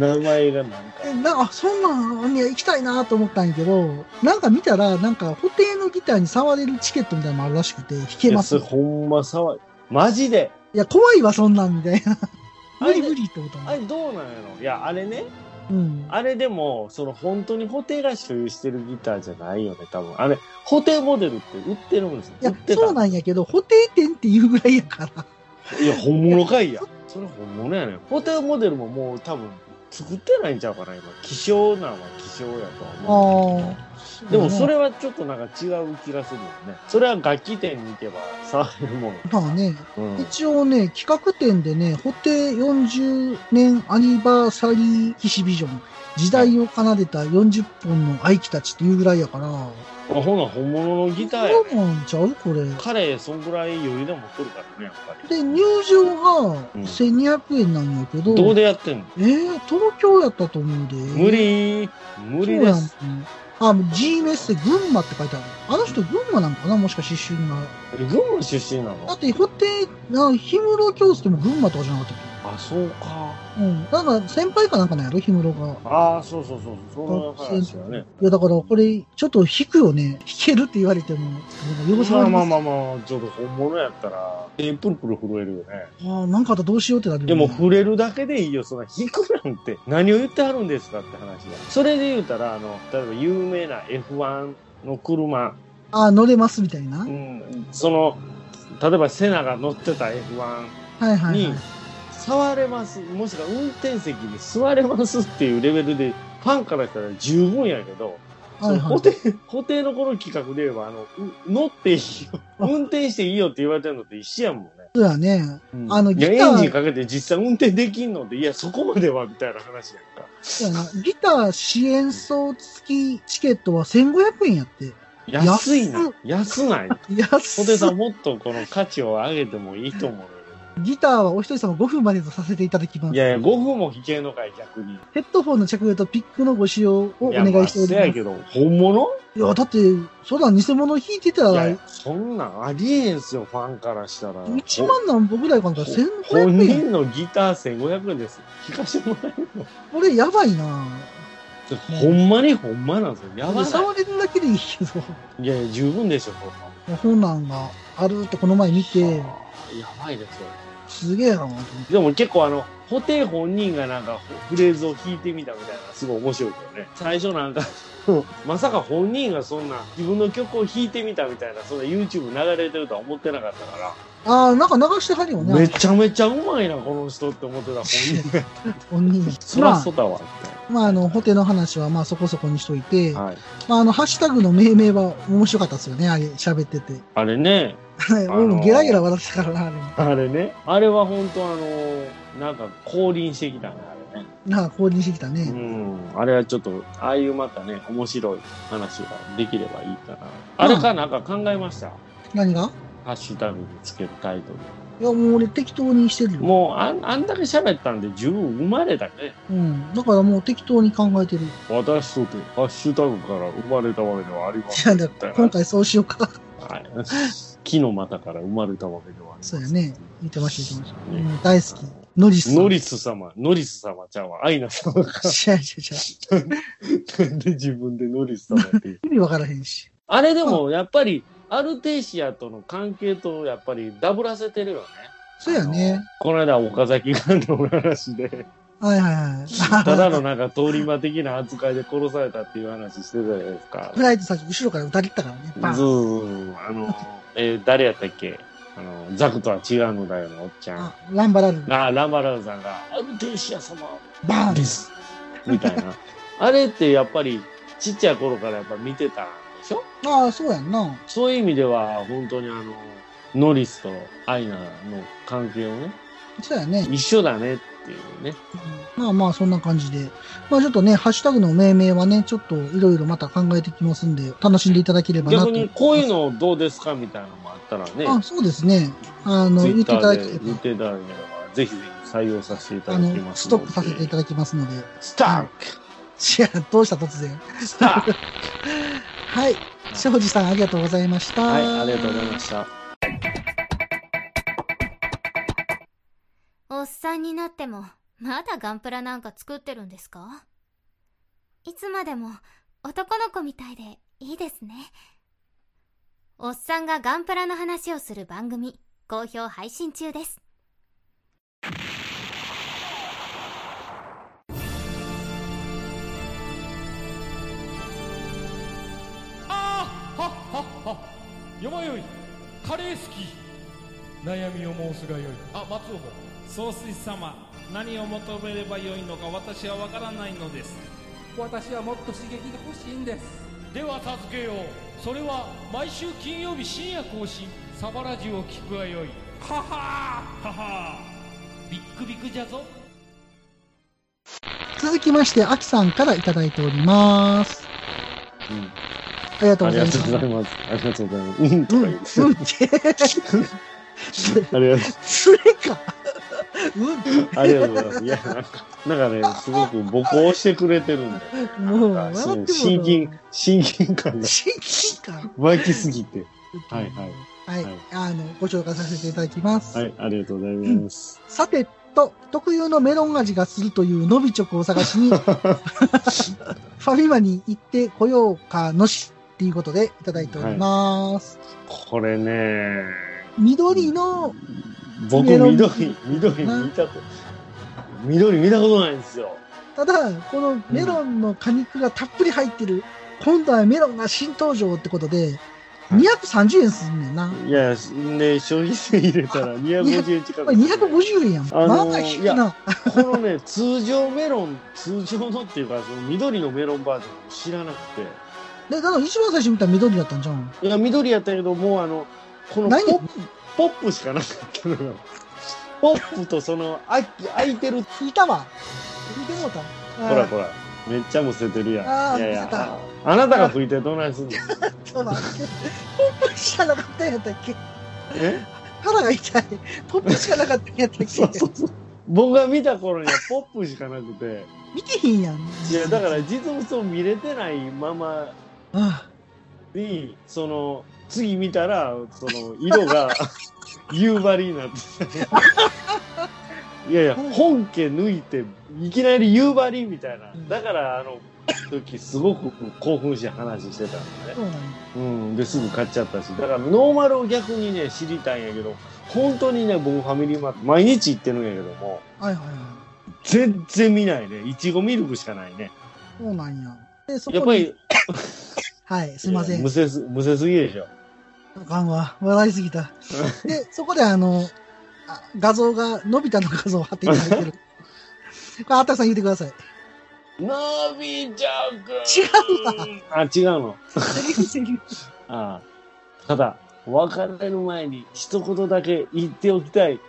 [SPEAKER 2] な名前がなんか、
[SPEAKER 1] えなんか、そんなん、いや、行きたいなと思ったんやけど、なんか見たら、なんか、補填のギターに触れるチケットみたいなのもあるらしくて、弾けます。
[SPEAKER 2] いやそれほんま騒い。マジで。
[SPEAKER 1] いや、怖いわ、そんなん、みた いな。
[SPEAKER 2] あ
[SPEAKER 1] 無
[SPEAKER 2] れ
[SPEAKER 1] 理無理ってこと
[SPEAKER 2] あ
[SPEAKER 1] な
[SPEAKER 2] れどうなんやろいや、あれね、
[SPEAKER 1] うん。
[SPEAKER 2] あれでも、その本当にホテが所有してるギターじゃないよね、多分。あれ、ホテモデルって売ってるんですよ。
[SPEAKER 1] いや
[SPEAKER 2] 売っ、てた
[SPEAKER 1] そうなんやけど、補填店っていうぐらいやから。
[SPEAKER 2] いや、本物かいや。それ本物やねん。ホテモデルももう多分作ってないんちゃうかな、今。希少なんは希少やとは思う。
[SPEAKER 1] あ
[SPEAKER 2] でもそ
[SPEAKER 1] れ。
[SPEAKER 2] れはちょっとなんか違う気がするもんね。それは楽器店に行けば触れるもの。
[SPEAKER 1] まあね、
[SPEAKER 2] うん。
[SPEAKER 1] 一応ね、企画展でね、ホテ40年アニバーサリー騎士ビジョン、時代を奏でた40本の愛機たちっていうぐらいやから、
[SPEAKER 2] あほな、本物のギターや。
[SPEAKER 1] そうなんちゃうこれ。で、
[SPEAKER 2] 彼、そんぐらい余裕でも取るからね、やっぱり。
[SPEAKER 1] 入場が
[SPEAKER 2] うん
[SPEAKER 1] 1200円なんやけど、
[SPEAKER 2] どうでやってんの
[SPEAKER 1] えー、東京やったと思うで。
[SPEAKER 2] 無理無理です。
[SPEAKER 1] そうやん。あ、もう G メッセ群馬って書いてある。あの人群馬なんかなもしかして出身が。
[SPEAKER 2] 群馬出身な
[SPEAKER 1] だっ
[SPEAKER 2] の
[SPEAKER 1] て、ホテ、な、氷室京介も群馬とかじゃなかったっ
[SPEAKER 2] あ、そうか。
[SPEAKER 1] けうん。なんか先輩かなんかなんやろ氷室が。
[SPEAKER 2] ああ、そうそうそう。その話だね。
[SPEAKER 1] いや、だからこれ、ちょっと弾くよね。弾けるって言われても、なんか汚さ
[SPEAKER 2] ま
[SPEAKER 1] れ
[SPEAKER 2] あま
[SPEAKER 1] ま
[SPEAKER 2] あ
[SPEAKER 1] す。
[SPEAKER 2] まあまあ、ちょっと本物やったら、手プルプル震えるよね。
[SPEAKER 1] ああ、なんかあったらどうしようってなるよ、ね。
[SPEAKER 2] でも触れるだけでいいよ、そんな弾くなんて。 何を言ってはるんですかって話だ。それで言うたら、あの、例えば有名な F1 の車、
[SPEAKER 1] ああ、乗れますみたいな。は
[SPEAKER 2] う
[SPEAKER 1] い
[SPEAKER 2] ん、その、例えばセナが乗ってた F1
[SPEAKER 1] はい、はい。
[SPEAKER 2] に触れます、もしくは運転席に座れますっていうレベルで、ファンからしたら十分やけど、
[SPEAKER 1] はい
[SPEAKER 2] そ
[SPEAKER 1] は
[SPEAKER 2] の
[SPEAKER 1] い
[SPEAKER 2] 固。定、固定のこの企画で言えば、あの、う乗っていい よ、運転していいよって言われてるのと一緒やもんね。
[SPEAKER 1] そうやね。
[SPEAKER 2] うん
[SPEAKER 1] あの
[SPEAKER 2] いや、
[SPEAKER 1] ギター
[SPEAKER 2] エンジンかけて実際運転できんのって、いや、そこまでは、みたいな話やんか。
[SPEAKER 1] そうやな。ギター支援層付きチケットは1500円やって。
[SPEAKER 2] 安いな。安ない。
[SPEAKER 1] 安
[SPEAKER 2] 小
[SPEAKER 1] っ
[SPEAKER 2] 手さん、もっとこの価値を上げてもいいと思うよ。
[SPEAKER 1] ギターはお一人様5分までとさせていただきます。
[SPEAKER 2] いやいや、5分も弾けんのかい、逆に。
[SPEAKER 1] ヘッドフォンの着用とピックのご使用をお
[SPEAKER 2] いや、
[SPEAKER 1] 願いしており
[SPEAKER 2] ま
[SPEAKER 1] ま
[SPEAKER 2] あせや
[SPEAKER 1] す。
[SPEAKER 2] けど、本物
[SPEAKER 1] いや、だって、そんなん偽物弾いてた
[SPEAKER 2] い
[SPEAKER 1] ら、
[SPEAKER 2] や、そんなんありえんすよ、ファンからしたら。
[SPEAKER 1] 1万何本ぐらいかなんか
[SPEAKER 2] 本
[SPEAKER 1] 1500円。
[SPEAKER 2] 人のギター1500円です。弾かしてもらえるの。
[SPEAKER 1] これやばいな
[SPEAKER 2] ちょほんまにほんまなんですよ。やばな
[SPEAKER 1] 触れるだけでいいけど、
[SPEAKER 2] い。いやいや、十分でしょ、そんな
[SPEAKER 1] 本なんがあるってこの前見て、
[SPEAKER 2] はあやばいですよ。
[SPEAKER 1] すげえなと思って。
[SPEAKER 2] でも結構あの、ホテイ本人がなんかフレーズを弾いてみたみたいな、すごい面白いけどね。最初なんか、まさか本人がそんな自分の曲を弾いてみたみたいな、そんな YouTube 流れてるとは思ってなかったか
[SPEAKER 1] ああ、なんか流してはるよ
[SPEAKER 2] ら、め
[SPEAKER 1] ね、
[SPEAKER 2] ちゃめちゃうまいな、この人って思ってた本 人が。
[SPEAKER 1] 本人。
[SPEAKER 2] そら
[SPEAKER 1] ま
[SPEAKER 2] そだわ、
[SPEAKER 1] あ、まあ、あの、ホテの話はまあそこそこにしといて、
[SPEAKER 2] はい。
[SPEAKER 1] まあ、あの、ハッシュタグの命名は面白かったですよね、あれ、喋ってて。
[SPEAKER 2] あれね、
[SPEAKER 1] はい、
[SPEAKER 2] あのー
[SPEAKER 1] 俺もゲラゲラ笑ってたからな、あれも。
[SPEAKER 2] あれね、あれは本当あの、なんか降臨してきたね、あれね。
[SPEAKER 1] なんか、降臨してきたね。
[SPEAKER 2] うん、あれはちょっと、ああいうまたね、面白い話ができればいいかな。あれかなんか考えました、
[SPEAKER 1] 何が
[SPEAKER 2] ハッシュタグにつけるタイト
[SPEAKER 1] いや、もう俺適当にしてる
[SPEAKER 2] ル。
[SPEAKER 1] よ。
[SPEAKER 2] もうあん、あんだけ喋ったんで十分生まれたね。
[SPEAKER 1] うん。だからもう適当に考えてる。
[SPEAKER 2] 私とて、ハッシュタグから生まれたわけではありま
[SPEAKER 1] じゃあ、だから今
[SPEAKER 2] は
[SPEAKER 1] 回そうしようか。
[SPEAKER 2] い。木の股から生まれたわけではありま
[SPEAKER 1] そ
[SPEAKER 2] せん
[SPEAKER 1] うやね。言ってました、言ってました。
[SPEAKER 2] ね
[SPEAKER 1] うん、大好き。ノリス。
[SPEAKER 2] ノリス様、ノリス様ちゃんは、アイナ様か。
[SPEAKER 1] じゃあ、じゃあ、じゃあ。
[SPEAKER 2] なんで自分でノリス様っていう。
[SPEAKER 1] 意味わからへんし。
[SPEAKER 2] あれでも、やっぱり、アルテイシアとの関係と、やっぱり、ダブらせてるよね。
[SPEAKER 1] そうやね。
[SPEAKER 2] あの。この間、岡崎官の話で、
[SPEAKER 1] はいはいはい。
[SPEAKER 2] ただのなんか通り魔的な扱いで殺されたっていう話してたじゃないですか
[SPEAKER 1] フ。ライトさっき後ろから撃たれてたからね。バ
[SPEAKER 2] そう
[SPEAKER 1] ン
[SPEAKER 2] そうそうあの、えー誰やったっけあの、ザクとは違うのだよのおっちゃん
[SPEAKER 1] あ。ランバラル。
[SPEAKER 2] ああ、ランバラルさんが、アルテイシア様
[SPEAKER 1] バーン
[SPEAKER 2] です。みた いな。あれってやっぱり、ちっちゃい頃からやっぱ見てたんでしょ
[SPEAKER 1] ああ、そうやんな。
[SPEAKER 2] そういう意味では、本当にあの、ノリスとアイナの関係をね、
[SPEAKER 1] そうやね。
[SPEAKER 2] 一緒だねっていうね。
[SPEAKER 1] まあまあ、そんな感じで。まあちょっとね、ハッシュタグの命名はね、ちょっといろいろまた考えてきますんで、楽しんでいただければなと。
[SPEAKER 2] 逆にこういうのどうですかみたいなのもあったらね、
[SPEAKER 1] あ、そうですね。あの、
[SPEAKER 2] ツイ
[SPEAKER 1] 言
[SPEAKER 2] ッ
[SPEAKER 1] ってい
[SPEAKER 2] タ
[SPEAKER 1] ただ
[SPEAKER 2] ー
[SPEAKER 1] けれ
[SPEAKER 2] で言っ
[SPEAKER 1] ば、
[SPEAKER 2] ていただければ、ぜひぜひ採用させていた
[SPEAKER 1] あ
[SPEAKER 2] だき
[SPEAKER 1] の、
[SPEAKER 2] ます
[SPEAKER 1] ス
[SPEAKER 2] の
[SPEAKER 1] ト
[SPEAKER 2] で。
[SPEAKER 1] ップさせていただきますので。い
[SPEAKER 2] スタ
[SPEAKER 1] や、どうした突然。
[SPEAKER 2] ークスターク
[SPEAKER 1] はい。庄司さん、ありがとうございました。
[SPEAKER 2] はい、ありがとうございました。
[SPEAKER 3] おっさんになっても、まだガンプラなんか作ってるんですかいつまでも男の子みたいでいいですね。おっさんがガンプラの話をする番組、好評配信中です。
[SPEAKER 4] あーはっはっはよまよいカレー好き悩みを申すがよいあ松尾も
[SPEAKER 5] 総帥様何を求めればよいのか私は分からないのです
[SPEAKER 4] 私はもっと刺激が欲しいんですでは助けようそれは毎週金曜日深夜更新サバラジュを聞くがよいははーははービックビックじゃぞ
[SPEAKER 1] 続きまして、アキさんからいただいております。
[SPEAKER 2] うん
[SPEAKER 1] ありがとう
[SPEAKER 2] あ
[SPEAKER 1] ご
[SPEAKER 2] り
[SPEAKER 1] ざい
[SPEAKER 2] が
[SPEAKER 1] ま
[SPEAKER 2] とうござ
[SPEAKER 1] す。
[SPEAKER 2] います。ありがとうございます。うん、と
[SPEAKER 1] うん、
[SPEAKER 2] か
[SPEAKER 1] う
[SPEAKER 2] 言
[SPEAKER 1] ん
[SPEAKER 2] う。、
[SPEAKER 1] それ
[SPEAKER 2] ありがとう
[SPEAKER 1] それか。う
[SPEAKER 2] ありがとうございます。いや、なんか、なんかね、すごく母校してくれてるんで、
[SPEAKER 1] ん、もう、
[SPEAKER 2] なんかそ
[SPEAKER 1] 笑っ
[SPEAKER 2] の
[SPEAKER 1] ても
[SPEAKER 2] 親
[SPEAKER 1] う
[SPEAKER 2] 近、親近感が
[SPEAKER 1] 親近感。
[SPEAKER 2] 湧きすぎて。はいはい
[SPEAKER 1] はい。
[SPEAKER 2] はい
[SPEAKER 1] あの、ご紹介させていただきます。
[SPEAKER 2] はい、ありがとうございます。
[SPEAKER 1] さてと、特有のメロン味がするというのびチョコを探し に、ファミマに行ってこようかのしっていうことでいただいております。
[SPEAKER 2] これね、
[SPEAKER 1] 緑の、
[SPEAKER 2] 僕
[SPEAKER 1] メロン
[SPEAKER 2] 緑、緑見たこと、緑見たことないんですよ。
[SPEAKER 1] ただ、このメロンの果肉がたっぷり入ってる、今度はメロンが新登場ってことで、
[SPEAKER 2] はい
[SPEAKER 1] 230円すんねんな。
[SPEAKER 2] いや、ね、消費税入れたら250円近
[SPEAKER 1] こ
[SPEAKER 2] く。
[SPEAKER 1] れ250円やん。
[SPEAKER 2] あのー
[SPEAKER 1] まあまあ低い
[SPEAKER 2] い
[SPEAKER 1] な。
[SPEAKER 2] このね、通常メロン、通常のっていうか、その緑のメロンバージョンを知らなくて。
[SPEAKER 1] で、だから一番最初見たら緑だったんじゃん。
[SPEAKER 2] いや、緑やったけど、もうあの、このポ
[SPEAKER 1] 何
[SPEAKER 2] ップ、ポップしかなかったのよ。ポップとその、あ開いてる。
[SPEAKER 1] いたわ。見てもうた。
[SPEAKER 2] ほらほら、めっちゃむせてるやん。
[SPEAKER 1] あー
[SPEAKER 2] いやい
[SPEAKER 1] むせた
[SPEAKER 2] や、あなたが吹いてどないすんの
[SPEAKER 1] そうなんです。ポップしかなかったんやったっけ
[SPEAKER 2] え
[SPEAKER 1] 腹が痛い。ポップしかなかったんやったっ
[SPEAKER 2] そう
[SPEAKER 1] け
[SPEAKER 2] そうそう。僕が見た頃にはポップしかなくて。
[SPEAKER 1] 見てへんやん。
[SPEAKER 2] いや、だから実物を見れてないまま
[SPEAKER 1] あ
[SPEAKER 2] に、その、次見たら、その、色が夕張になってた。いやいや、本家抜いて、いきなり夕張みたいな。だから、あの、時すごく興奮して話してたんで
[SPEAKER 1] あ、
[SPEAKER 2] ね。
[SPEAKER 1] そうなんや。
[SPEAKER 2] うん、で、すぐ買っちゃったし。だから、ノーマルを逆にね、知りたいんやけど、本当にね、僕ファミリーマート、毎日行ってるんやけども、
[SPEAKER 1] はいはいはい。
[SPEAKER 2] 全然見ないね。いちごミルクしかないね。
[SPEAKER 1] そうなんや。で、そこに
[SPEAKER 2] やっぱり、
[SPEAKER 1] はい、すいません
[SPEAKER 2] む。せす、むせすぎでしょ。
[SPEAKER 1] あかんわ。笑いすぎた。で、そこであの、あ画像が、のび太の画像を貼っていただいてる。これ、あたくさん言ってください。
[SPEAKER 2] のびちゃく
[SPEAKER 1] 違
[SPEAKER 2] 違うあ、違うの。
[SPEAKER 1] セリフセリフ
[SPEAKER 2] ああただ、別れる前に一言だけ言っておきたい。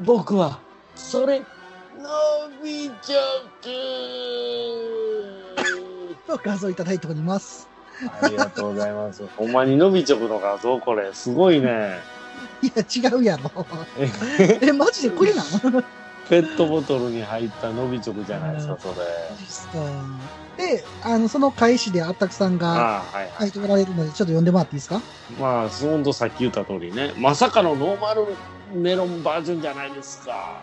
[SPEAKER 2] 僕は、それ、のびちゃく
[SPEAKER 1] の画像いただいております。
[SPEAKER 2] ありがとうございます。ほんまにのびちょくの画像これ、すごいね。
[SPEAKER 1] いや、違うやろ。
[SPEAKER 2] え
[SPEAKER 1] え、マジでこれなの
[SPEAKER 2] ペットボトルに入ったのびちょくじゃないですか、それ。
[SPEAKER 1] ですかで、あの、その返しであったくさんが
[SPEAKER 2] ああ、はいはい。
[SPEAKER 1] 書いておられるので、ちょっと読んでもらっていいです か
[SPEAKER 2] まあ、ほんとさっき言った通りね、まさかのノーマルメロンバージョンじゃないですか。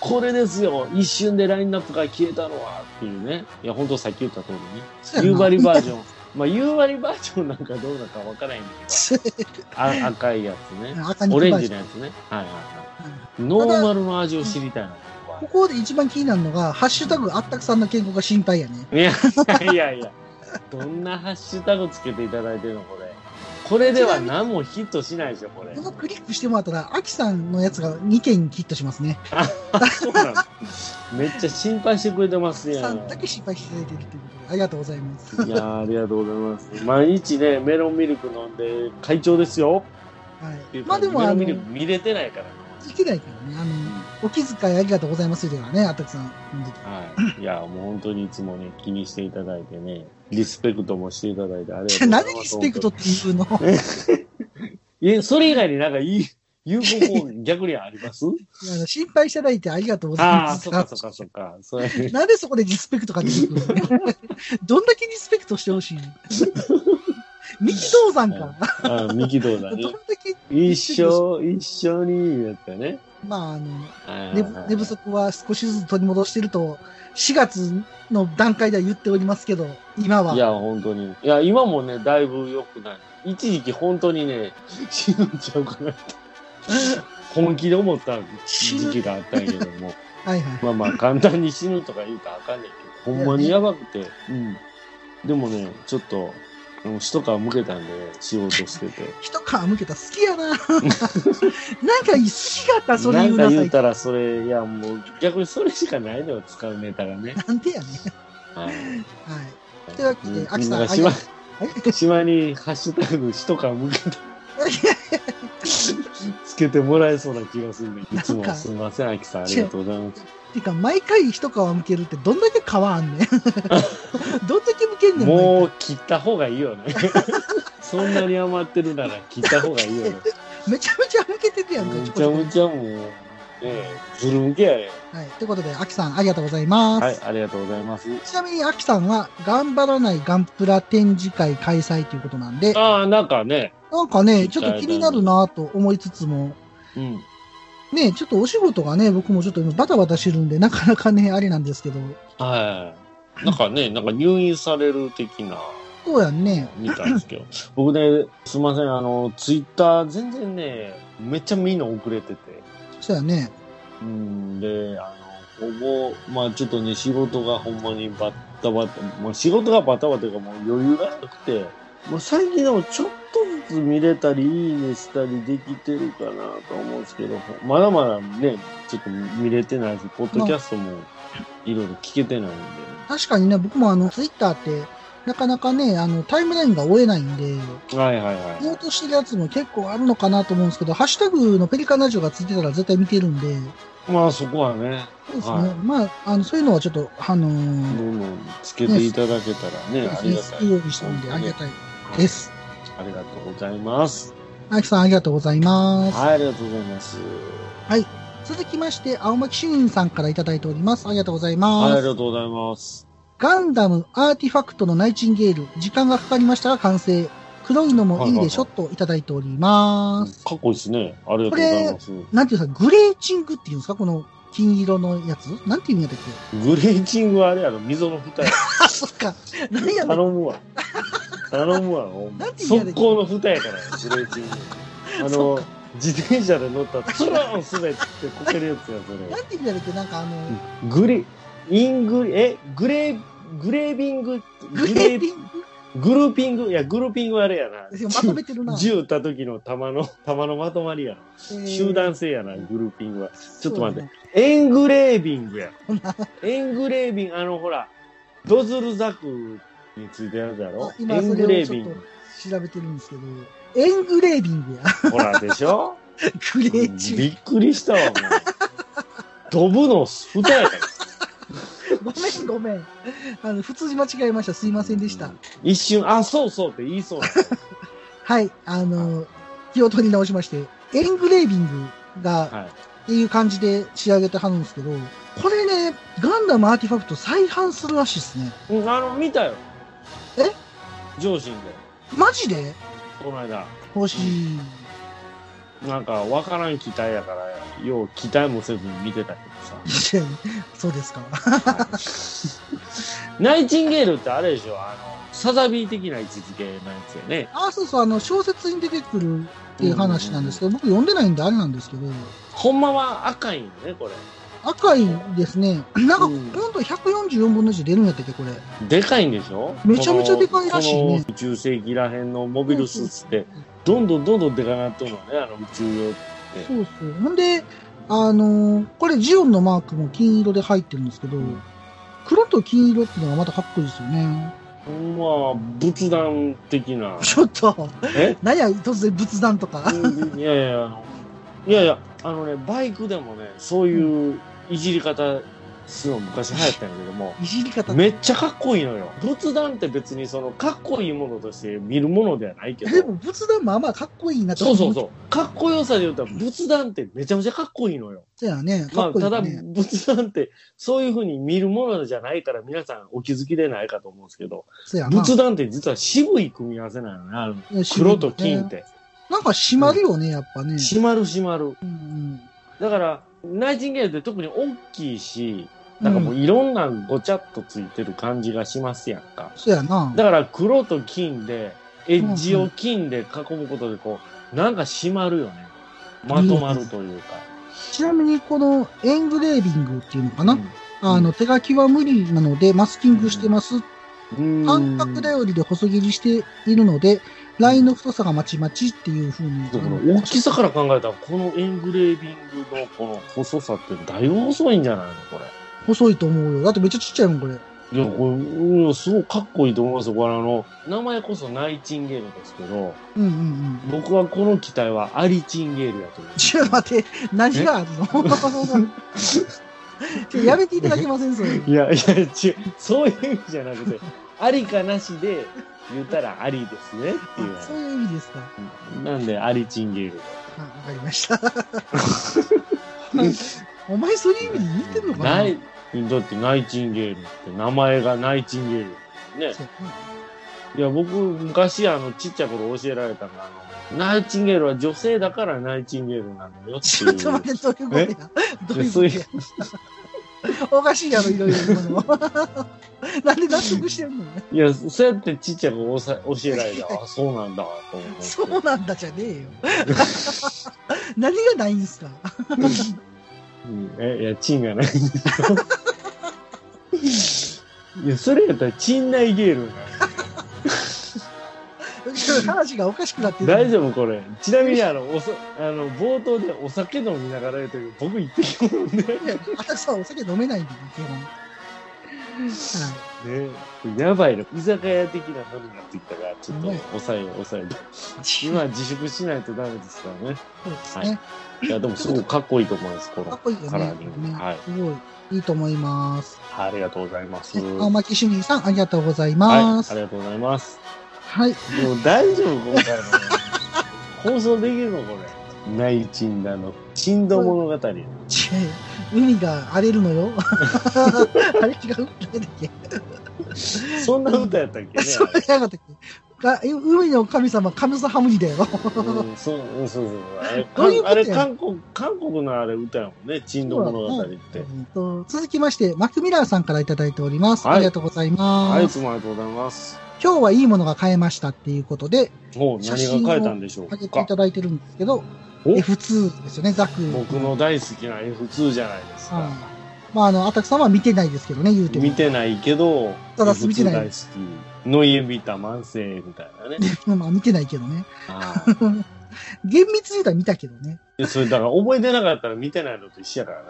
[SPEAKER 2] これですよ、一瞬でラインナップが消えたのはっていうね。いや、ほんとさっき言った通りね。
[SPEAKER 1] そうや
[SPEAKER 2] 夕
[SPEAKER 1] な
[SPEAKER 2] 張バージョン。まあ、夕張バージョンなんかどうなのかわからない んだけど、あ赤いやつね。
[SPEAKER 1] 赤肉
[SPEAKER 2] オレ
[SPEAKER 1] バ
[SPEAKER 2] ン
[SPEAKER 1] ージ
[SPEAKER 2] ジ
[SPEAKER 1] ョ
[SPEAKER 2] の
[SPEAKER 1] ン
[SPEAKER 2] やつね。はいはいはい。ノーマルの味を知りたいな。
[SPEAKER 1] ここで一番気になるのが、ハッシュタグあったくさんの健康が心配やね。
[SPEAKER 2] いや、いやいや、どんなハッシュタグつけていただいてるの、これ。これでは何もヒットしないでしょ、これ
[SPEAKER 1] こ。のクリックしてもらったら、アキさんのやつが2件ヒットしますね。
[SPEAKER 2] そうなの。めっちゃ心配してくれてますや
[SPEAKER 1] さ
[SPEAKER 2] ん。
[SPEAKER 1] んだけ失敗していただいてるということで、ありがとうございます。
[SPEAKER 2] いやーありがとうございます。毎日ね、メロンミルク飲んで、快調ですよ。
[SPEAKER 1] はい
[SPEAKER 2] いう。か
[SPEAKER 1] まあでも、
[SPEAKER 2] 夢
[SPEAKER 1] あ
[SPEAKER 2] の
[SPEAKER 1] の、
[SPEAKER 2] 魅
[SPEAKER 1] い
[SPEAKER 2] 力見れてないから
[SPEAKER 1] けないからね、あの、お気遣いありがとうございますではね、あたくさん、本当に
[SPEAKER 2] はい。いや、もう本当にいつもね、気にしていただいてね、リスペクトもしていただいて、あれ
[SPEAKER 1] じゃあ何リスペクトっていうの あ
[SPEAKER 2] え、それ以外になんかいい、有効法逆にあり ます
[SPEAKER 1] の心配していただいてありがとうござい
[SPEAKER 2] あ
[SPEAKER 1] ま
[SPEAKER 2] あ、
[SPEAKER 1] す
[SPEAKER 2] そっ。かそっかそっか。それ
[SPEAKER 1] なんでそこでリスペクトが出てくるの どんだけリスペクトしてほしいの 三木道山か。
[SPEAKER 2] ああ、右どうだ
[SPEAKER 1] どんだ
[SPEAKER 2] ね。
[SPEAKER 1] け、
[SPEAKER 2] 一生、一緒に、やったね。
[SPEAKER 1] まあ、あの、
[SPEAKER 2] はい
[SPEAKER 1] 寝
[SPEAKER 2] はいはい
[SPEAKER 1] 寝不足は少しずつ取り戻してると、4月の段階では言っておりますけど、今
[SPEAKER 2] い
[SPEAKER 1] は。
[SPEAKER 2] や、本当に。いや、今もね、だいぶ良くない。一時期本当にね、死ぬんちゃうかなって。本気で思った時期があったんやけど も。
[SPEAKER 1] はいはい。
[SPEAKER 2] まあまあ、簡単に死ぬとか言うたらあかんねんけど。ほんまにやばくて。うん。でもね、ちょっと、うん一皮むけたんで、仕事してて。
[SPEAKER 1] 一皮むけた好きやな。 なん かいい、好きがった、それ
[SPEAKER 2] な
[SPEAKER 1] 言
[SPEAKER 2] ん
[SPEAKER 1] う
[SPEAKER 2] か
[SPEAKER 1] なさ
[SPEAKER 2] 言う
[SPEAKER 1] い。
[SPEAKER 2] たら、それ、いや、もう、逆にそれしかないのよ、使うネタ がね。
[SPEAKER 1] なんでやね
[SPEAKER 2] はい。
[SPEAKER 1] はい。 というわけで、
[SPEAKER 2] うん
[SPEAKER 1] 秋さん、
[SPEAKER 2] み
[SPEAKER 1] あ
[SPEAKER 2] んなが
[SPEAKER 1] り
[SPEAKER 2] 島
[SPEAKER 1] がとう
[SPEAKER 2] 島にハッシュタグ一皮むけた。つけてもらえそうな気がするね。いつも
[SPEAKER 1] なんか
[SPEAKER 2] すみません、アキさん。ありがとうございます。
[SPEAKER 1] てか、毎回一皮むけるって、どんだけ皮あ んねん。どんだけむけんねん。
[SPEAKER 2] も
[SPEAKER 1] 毎
[SPEAKER 2] う切った方がいいよ ね。そんなに余ってるなら切った方がいいよね。
[SPEAKER 1] 回めちゃめちゃむけてるやんか、
[SPEAKER 2] む
[SPEAKER 1] ちょこ
[SPEAKER 2] ち
[SPEAKER 1] ち
[SPEAKER 2] ゃ
[SPEAKER 1] ょこ
[SPEAKER 2] むちゃもう、ねえ、ずるむけやね。
[SPEAKER 1] はい。ということで、秋さん、ありがとうございます。
[SPEAKER 2] はい、ありがとうございます。
[SPEAKER 1] ちなみに、秋さんは、頑張らないガンプラ展示会開催ということなんで、
[SPEAKER 2] ああ、なんかね、
[SPEAKER 1] なんかね、ちょっと気になるなと思いつつも、
[SPEAKER 2] うん。
[SPEAKER 1] ね、ちょっとお仕事がね、僕もちょっと今バタバタしてるんで、なかなかね、あれなんですけど、
[SPEAKER 2] はい。なんかね、なんか入院される的な。
[SPEAKER 1] そうやんね。
[SPEAKER 2] 見たんですけ ど。僕ね、すみません、あの、ツイッター全然ね、めっちゃみんな遅れてて。
[SPEAKER 1] そうやね。
[SPEAKER 2] うん、で、あの、ほぼ、まあちょっとね、仕事がほんまにバッタバタ、まあ仕事がバタバタがもう余裕がなくて、まあ最近でもちょっとずつ見れたり、いいねしたりできてるかなと思うんですけど、まだまだね、ちょっと見れてないし、ポッドキャストもいろいろ聞けてないんで。
[SPEAKER 1] 確かにね、僕もあの、ツイッターって、なかなかね、あの、タイムラインが追えないんで、
[SPEAKER 2] はいはいはい。
[SPEAKER 1] 見落としてるやつも結構あるのかなと思うんですけど、ハッシュタグのペリカンラジオがついてたら絶対見てるんで、
[SPEAKER 2] まあそこはね、
[SPEAKER 1] そうですね。
[SPEAKER 2] はい
[SPEAKER 1] まあ、あの、そういうのはちょっと、あの
[SPEAKER 2] ど
[SPEAKER 1] ー、
[SPEAKER 2] んどんつけていただけたらね、ありがた
[SPEAKER 1] 好
[SPEAKER 2] い。
[SPEAKER 1] ようにしたんで、ありがたいです。
[SPEAKER 2] ありがとうございます。
[SPEAKER 1] 秋さん、ありがとうございます。
[SPEAKER 2] はい、ありがとうございます。
[SPEAKER 1] 続きまして、青巻市民さんからいただいております。ありがとうございます。
[SPEAKER 2] はい、ありがとうございます。
[SPEAKER 1] ガンダムアーティファクトのナイチンゲール、時間がかかりましたが完成。黒いのもいいでしょ、
[SPEAKER 2] は
[SPEAKER 1] といただいております。
[SPEAKER 2] かっこいいですね。ありがとうございます。
[SPEAKER 1] なんていうんですか、グレーチングっていうんですかこの金色のやつなんていうんやったっけ
[SPEAKER 2] グレーチングはあれやろ、溝の蓋や。
[SPEAKER 1] あ、そっか。何やったっ
[SPEAKER 2] 頼むわ。頼むわ、ほんま
[SPEAKER 1] なんて意味やね
[SPEAKER 2] 速
[SPEAKER 1] ん
[SPEAKER 2] 攻の蓋やから、グレーチング。あ
[SPEAKER 1] そっ
[SPEAKER 2] の、自転車で乗ったら、トローン滑ってこけるやつや、そ
[SPEAKER 1] けなん
[SPEAKER 2] れ。
[SPEAKER 1] ていうんやったっけなんかあの、
[SPEAKER 2] グレ、イングリ、え、グレー、グレービング、
[SPEAKER 1] グレーピング
[SPEAKER 2] グルーピング、いや、グルーピングはあれやな。
[SPEAKER 1] まとめてるな。
[SPEAKER 2] 銃撃った時の弾の、弾のまとまりやな。
[SPEAKER 1] えー
[SPEAKER 2] 集団性やな、グルーピングは。ちょっと待っ
[SPEAKER 1] そ
[SPEAKER 2] て
[SPEAKER 1] う。
[SPEAKER 2] エングレービング や。エングレービング、あの、ほら、ドズルザクについてやつや
[SPEAKER 1] だな
[SPEAKER 2] ろ
[SPEAKER 1] あ。
[SPEAKER 2] エ
[SPEAKER 1] 今そ
[SPEAKER 2] ングレ
[SPEAKER 1] れを
[SPEAKER 2] ー
[SPEAKER 1] ち
[SPEAKER 2] ビ
[SPEAKER 1] ょっ
[SPEAKER 2] ング。
[SPEAKER 1] と調べてるんですけど、エングレービングや。
[SPEAKER 2] ほら、でしょ
[SPEAKER 1] グレ
[SPEAKER 2] び
[SPEAKER 1] ーチング。
[SPEAKER 2] っくりしたわ、もう。飛ぶの蓋やから。
[SPEAKER 1] ごめんごめん。あの、普通に間違えました。すいませんでした
[SPEAKER 2] う。一瞬、あ、そうそうって言いそうな。
[SPEAKER 1] はい、あの、気を取り直しまして、エングレービングが、
[SPEAKER 2] はい。
[SPEAKER 1] っていう感じで仕上げてはるんですけど、これね、ガンダムアーティファクト再販するらしいですね。
[SPEAKER 2] うんあの、見たよ。
[SPEAKER 1] え
[SPEAKER 2] 上司で、
[SPEAKER 1] マジで
[SPEAKER 2] この間。
[SPEAKER 1] 欲しい。
[SPEAKER 2] なんか、わからん機体やから、よう期待もせずに見てたけどさ。
[SPEAKER 1] そうですか。
[SPEAKER 2] ナイチンゲールってあれでしょあの、サザビー的な位置づけのやつよね。
[SPEAKER 1] あ、そうそう、あの、小説に出てくるっていう話なんですけど、僕読んでないんであれなんですけど、
[SPEAKER 2] ほんまは赤いんよね、これ。
[SPEAKER 1] 赤いですね。なんか、
[SPEAKER 2] うん
[SPEAKER 1] 今度144分の1出るんやったっけ、これ。
[SPEAKER 2] でかいんでしょ
[SPEAKER 1] めちゃめちゃでかいらしいね
[SPEAKER 2] このこの宇宙世紀らへんのモビルスーツって、どんどんどんどんでかなっとるのね、あの宇宙用。
[SPEAKER 1] そうそう。ほんで、あのーこれジオンのマークも金色で入ってるんですけど、黒と金色っていうのがまたかっこいいですよね。
[SPEAKER 2] まあ、仏壇的 な。
[SPEAKER 1] ちょっと、
[SPEAKER 2] え
[SPEAKER 1] 何や、突然仏壇とか。
[SPEAKER 2] いやいや、あの、いやいや、あのね、バイクでもね、そういういじり方するの昔流行ったんやけども、
[SPEAKER 1] いじり方。
[SPEAKER 2] めっちゃかっこいいのよ。仏壇って別にその、かっこいいものとして見るものではないけ
[SPEAKER 1] で
[SPEAKER 2] ど、
[SPEAKER 1] も仏壇まあまあかっこいいなと
[SPEAKER 2] そうそう
[SPEAKER 1] う。
[SPEAKER 2] そう。かっこよさで言うと仏壇ってめちゃめちゃかっこいいのよ。
[SPEAKER 1] そうやね。か
[SPEAKER 2] ま
[SPEAKER 1] っ
[SPEAKER 2] あ、
[SPEAKER 1] こいい、
[SPEAKER 2] た
[SPEAKER 1] ね。
[SPEAKER 2] だ仏壇ってそういうふうに見るものじゃないから皆さんお気づきでないかと思うんですけど、
[SPEAKER 1] そうやな。
[SPEAKER 2] 仏壇って実は渋い組み合わせなのねあの。黒と金っ。て。
[SPEAKER 1] なんか締まるよね、やっぱね。
[SPEAKER 2] 閉まる閉まる。
[SPEAKER 1] うん
[SPEAKER 2] だから、ナイチンゲールって特に大きいし、
[SPEAKER 1] う
[SPEAKER 2] なんかも
[SPEAKER 1] ん。
[SPEAKER 2] ういろんなごちゃっとついてる感じがしますやんか。
[SPEAKER 1] そうやな。
[SPEAKER 2] だから黒と金で、エッジを金で囲むことでこう、なんか締まるよね。まとまるというか。
[SPEAKER 1] ちなみにこのエングレービングっていうのか
[SPEAKER 2] う
[SPEAKER 1] な、
[SPEAKER 2] ん
[SPEAKER 1] あの手書きは無理なのでマスキングしてます。
[SPEAKER 2] うん
[SPEAKER 1] 半角頼りで細切りしているので、ラインの太さがまちまちっていう風に。
[SPEAKER 2] だから大きさから考えたら、このエングレービングのこの細さってだいぶ細いんじゃないのこれ。
[SPEAKER 1] 細いと思うよ。だってめっちゃちっちゃいもん、これ。
[SPEAKER 2] いや、これ、うん、すごいかっこいいと思いますよ。これあの、名前こそナイチンゲールですけど、
[SPEAKER 1] うんうんうん。
[SPEAKER 2] 僕はこの機体はアリチンゲールやと思う。
[SPEAKER 1] ちょっと待 って、何があるのちょやめていただけません、それ。
[SPEAKER 2] いや、いや、違う、そういう意味じゃなくて、ありかなしで言ったらありですねっていう
[SPEAKER 1] そういう意味ですか。は
[SPEAKER 2] 話。なんで、アリチンゲー
[SPEAKER 1] い
[SPEAKER 2] ル。
[SPEAKER 1] わかりま した。お前、そういう意味で似てんのかな
[SPEAKER 2] ない、だってナイチンゲールって名前がナイチンゲール。ね。
[SPEAKER 1] そう
[SPEAKER 2] いや、僕、昔、あの、ちっちゃい頃教えられたのが、あの、ナイチンゲールは女性だからナイチンゲールなのよっ て
[SPEAKER 1] ち
[SPEAKER 2] い
[SPEAKER 1] ょ
[SPEAKER 2] う。
[SPEAKER 1] っと待って、どういうことやどういうこ
[SPEAKER 2] そう
[SPEAKER 1] と
[SPEAKER 2] いう
[SPEAKER 1] やおかしいやろ、いろいろ今の。なんで納得してんの
[SPEAKER 2] いや、そうやってちっちゃい頃教え教え られた。あ、そうなんだ、と思って。
[SPEAKER 1] そうなんだじゃね えよ。何がないんすか
[SPEAKER 2] うんえ、いや、チンがないんですよ。い や、それやったら、チンナイゲールな
[SPEAKER 1] 話がおかしくなってる。
[SPEAKER 2] 大丈夫これ。ちなみに、あの、おそ、あの、冒頭でお酒飲みながらやってる僕行ってきもんね。
[SPEAKER 1] いや私さ、お酒飲めないんで、基本。はい
[SPEAKER 2] ねやばいな。居酒屋的なノリになってきたから、ちょっと
[SPEAKER 1] ね
[SPEAKER 2] 抑えよう、抑えよう。
[SPEAKER 1] そう
[SPEAKER 2] 今は自粛しないとダメですからね。
[SPEAKER 1] ですね。
[SPEAKER 2] いや、でもすごくかっこいいと思います、こ
[SPEAKER 1] かっ
[SPEAKER 2] の。
[SPEAKER 1] こいいよ
[SPEAKER 2] カ
[SPEAKER 1] ね。
[SPEAKER 2] ラーリング
[SPEAKER 1] ね
[SPEAKER 2] はい
[SPEAKER 1] すごい。いいと思います。
[SPEAKER 2] ありがとうございます。
[SPEAKER 1] ね青
[SPEAKER 2] はい、
[SPEAKER 1] 巻市民さん、ありがとうございま
[SPEAKER 2] あ
[SPEAKER 1] す。
[SPEAKER 2] りがとうございます。
[SPEAKER 1] はい。
[SPEAKER 2] もう大丈夫今回の。放送できるのこれ。内鎮だの。鎮度物語。
[SPEAKER 1] ち海が荒れるの よ。あれ違う何だっけ
[SPEAKER 2] そんな歌やったっけね。
[SPEAKER 1] それなかったっけが海の神様、神様ハムニだよ。
[SPEAKER 2] あれうん、そう、うんそうそう。あれ、
[SPEAKER 1] どういうことや
[SPEAKER 2] あれ韓国、韓国のあれ歌やもんね。鎮度物語って。
[SPEAKER 1] うんと続きまして、マクミラーさんからいただいております。
[SPEAKER 2] はい
[SPEAKER 1] ありがとうございます、
[SPEAKER 2] はい、いつもありがとうございます。
[SPEAKER 1] 今日はいいものが買えましたっていうことで、
[SPEAKER 2] もう何が変えたんでしょ
[SPEAKER 1] あげて
[SPEAKER 2] うか
[SPEAKER 1] い。ただいてるんですけど、
[SPEAKER 2] お
[SPEAKER 1] F2 ですよね、ザク。
[SPEAKER 2] 僕の大好きな F2 じゃないです
[SPEAKER 1] はい
[SPEAKER 2] か。
[SPEAKER 1] まあ、あの、アタクさんは見てないですけどね、言うても。
[SPEAKER 2] 見てないけど、
[SPEAKER 1] ただ見て
[SPEAKER 2] F2
[SPEAKER 1] ない
[SPEAKER 2] 大好き。ノイエビタ万世みたいな ね。
[SPEAKER 1] まあ、見てないけどね。
[SPEAKER 2] あー
[SPEAKER 1] 厳密に言うたら見たけどね。
[SPEAKER 2] でそれだから覚えてなかったら見てないのと一緒やからね。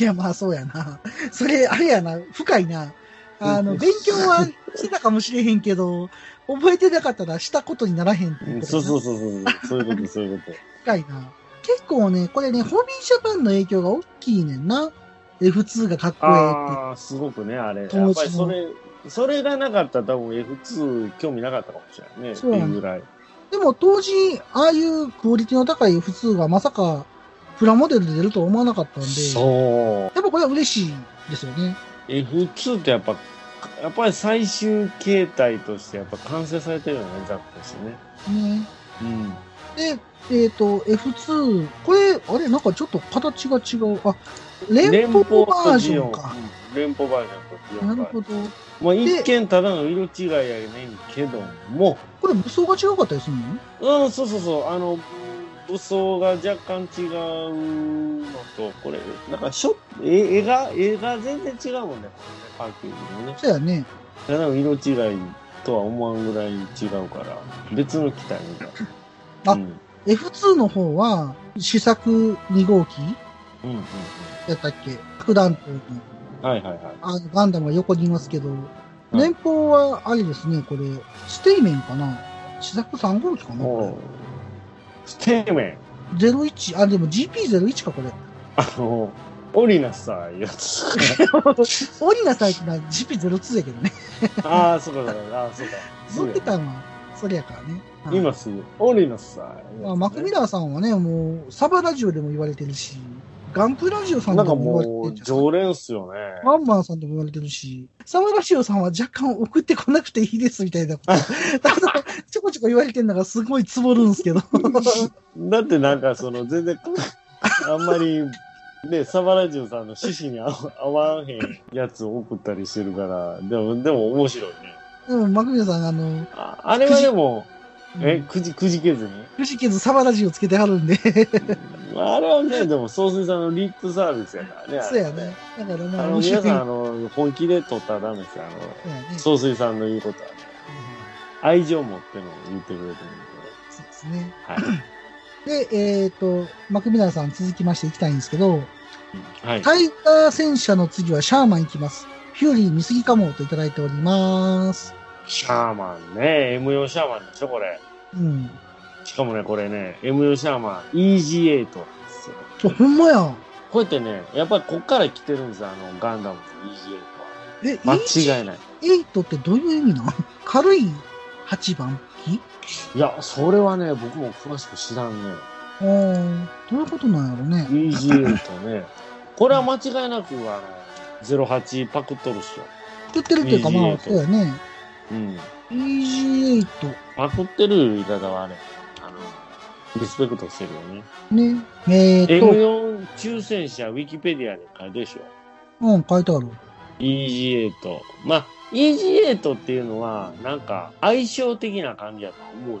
[SPEAKER 1] いや、まあ、そうやな。それ、あれやな、深いな。あの、
[SPEAKER 2] うん
[SPEAKER 1] 勉強はしてたかもしれへんけど、覚えてなかったらしたことにならへんっていう うんことや
[SPEAKER 2] そう
[SPEAKER 1] な
[SPEAKER 2] そうそうそうそう。そういうこと、そう いうこ。
[SPEAKER 1] 深いな。結構ね、これね、ホビージャパンの影響が大きいねんな。F2 がかっことええって。
[SPEAKER 2] ああ、すごくね、あれ。や
[SPEAKER 1] 当
[SPEAKER 2] っぱり
[SPEAKER 1] 時
[SPEAKER 2] そ
[SPEAKER 1] の
[SPEAKER 2] れ、それがなかったら多分 F2 興味なかったかもしれないね。って
[SPEAKER 1] そう
[SPEAKER 2] い
[SPEAKER 1] やね
[SPEAKER 2] うぐらい。
[SPEAKER 1] でも当時、ああいうクオリティの高い F2 がまさかプラモデルで出るとは思わなかったんで、
[SPEAKER 2] そう。
[SPEAKER 1] でもこれは嬉しいですよね。
[SPEAKER 2] F2 ってやっぱ、やっぱり最終形態としてやっぱ完成されてるよね、ザックとしてね。
[SPEAKER 1] ね
[SPEAKER 2] うん。
[SPEAKER 1] で、えっ、と、F2、これ、あれ、なんかちょっと形が違う。あ、連邦バージョンか。
[SPEAKER 2] 連邦バージョンとジオン
[SPEAKER 1] な
[SPEAKER 2] バージ
[SPEAKER 1] る
[SPEAKER 2] ョン。
[SPEAKER 1] ほど。
[SPEAKER 2] まあ一見ただの色違いやねんけども、
[SPEAKER 1] これ、武装が違かったりするの
[SPEAKER 2] うん、そうそうそう。あの、武装が若干違うのと、これ、なんか、しょ、絵絵が、絵が全然違うもんね。パッケージのね。
[SPEAKER 1] そうやね。
[SPEAKER 2] ただの色違いとは思わんぐらい違うから、別の機体みたいな。
[SPEAKER 1] あ
[SPEAKER 2] うん。うん、
[SPEAKER 1] F2 の方は、試作2号機
[SPEAKER 2] うん、うん。
[SPEAKER 1] やったっけ核弾頭の、
[SPEAKER 2] はいはいはい。
[SPEAKER 1] あの、ガンダムが横にいますけど、
[SPEAKER 2] うん
[SPEAKER 1] 年俸はあれですね、これ、ステイメンかな試作3号機かな
[SPEAKER 2] おう
[SPEAKER 1] こ
[SPEAKER 2] ステーメン。
[SPEAKER 1] れ ?01、あ、でも GP01 か、こ れ。
[SPEAKER 2] あの、オリナさ んやつ。
[SPEAKER 1] オリナさんってのは GP02 やけどね。
[SPEAKER 2] ああ、そうか、そうか、ああ、そうか。そ
[SPEAKER 1] 乗
[SPEAKER 2] う
[SPEAKER 1] っ
[SPEAKER 2] や
[SPEAKER 1] てたのは、それやからね。はい
[SPEAKER 2] 今すぐ、オリナさん。
[SPEAKER 1] まあ、マクミラーさんはね、もう、サバラジオでも言われてるし、ガンプラジオさん
[SPEAKER 2] な
[SPEAKER 1] で
[SPEAKER 2] んか
[SPEAKER 1] も言わ
[SPEAKER 2] も
[SPEAKER 1] れ
[SPEAKER 2] う、
[SPEAKER 1] てるし、
[SPEAKER 2] 常連っすよね。
[SPEAKER 1] ワンマンさんでも言われてるし、サバラジオさんは若干送ってこなくていいですみたいな こと、ちょこちょこ言われてるのがすごいつぼるんですけ ど。
[SPEAKER 2] だってなんか、その、全然、 あんまり、ね、サバラジオさんの趣旨に合わ合わへんやつを送ったりしてるから、でも、でも面白いね。
[SPEAKER 1] うん、マクミラーさん、あの、
[SPEAKER 2] ああれはでも、え
[SPEAKER 1] え、、
[SPEAKER 2] くじ、くじけず に
[SPEAKER 1] くじけずサバラジオつけてはるんで、
[SPEAKER 2] あれはね、でも、総帥さんのリップサービスやからね。
[SPEAKER 1] そうやね。。だからま
[SPEAKER 2] あ
[SPEAKER 1] あ、
[SPEAKER 2] の、
[SPEAKER 1] 面白
[SPEAKER 2] 皆
[SPEAKER 1] い。
[SPEAKER 2] さん、あの、本気で撮ったらダメです。あの、
[SPEAKER 1] そうやね
[SPEAKER 2] 総帥さんの言うことはね、愛情持ってのを言ってくれてるん
[SPEAKER 1] そうですね。
[SPEAKER 2] は
[SPEAKER 1] で、えっ、と、マクミラーさん続きましていきたいんですけど、
[SPEAKER 2] で。はい。はい。
[SPEAKER 1] タイガー戦車の次はシャーマンいきます。フューリー見過ぎかもといただいております。
[SPEAKER 2] シャーマンね、M4 シャーマンでしょ、これ。
[SPEAKER 1] うん。
[SPEAKER 2] しかもね、これね、M4 シャーマン EG8 なんですよ。
[SPEAKER 1] あほんまや。
[SPEAKER 2] こうやってね、やっぱりこっから来てるんですよ、あの、ガンダムの EG8
[SPEAKER 1] え、
[SPEAKER 2] は。間違いない。
[SPEAKER 1] 8ってどういう意味なん軽い8番機
[SPEAKER 2] いや、それはね、僕も詳しく知らんね。
[SPEAKER 1] あーどういうことなんやろね。
[SPEAKER 2] EG8 ね。これは間違いなく、あの、08パクっとるっしょ。
[SPEAKER 1] 作ってるっていうか、まあ、
[SPEAKER 2] EG8
[SPEAKER 1] そうやね。
[SPEAKER 2] うん。
[SPEAKER 1] EG8。
[SPEAKER 2] パクってる言い方はね、あの、リスペクトしてるよね。
[SPEAKER 1] ね。えー、っと、
[SPEAKER 2] M4 抽選者、ウィキペディアで書いてるでしょ。
[SPEAKER 1] うん、書いてある。
[SPEAKER 2] EG8。まあ、EG8 っていうのは、なんか、相性的な感じやと思うよ。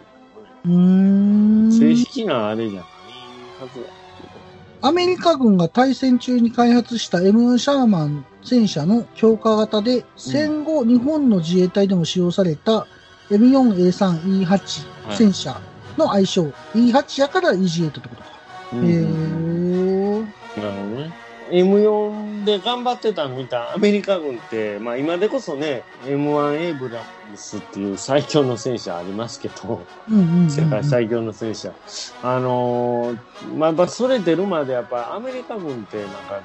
[SPEAKER 1] うーん。
[SPEAKER 2] 正式なあれじゃないはずや
[SPEAKER 1] アメリカ軍が対戦中に開発した M4 シャーマン戦車の強化型で、戦後日本の自衛隊でも使用された M4A3E8 戦車の愛称、E8 やから E8 ってことか。
[SPEAKER 2] う
[SPEAKER 1] へ
[SPEAKER 2] んうん
[SPEAKER 1] ー。
[SPEAKER 2] うん。なるほどね。M4 で頑張ってたの見たアメリカ軍って、まあ今でこそね、M1 エイブラムスっていう最強の戦車ありますけど、
[SPEAKER 1] うんうんうんうん。
[SPEAKER 2] 世界最強の戦車。あのーまあやっぱそれ出るまでやっぱアメリカ軍ってなんか、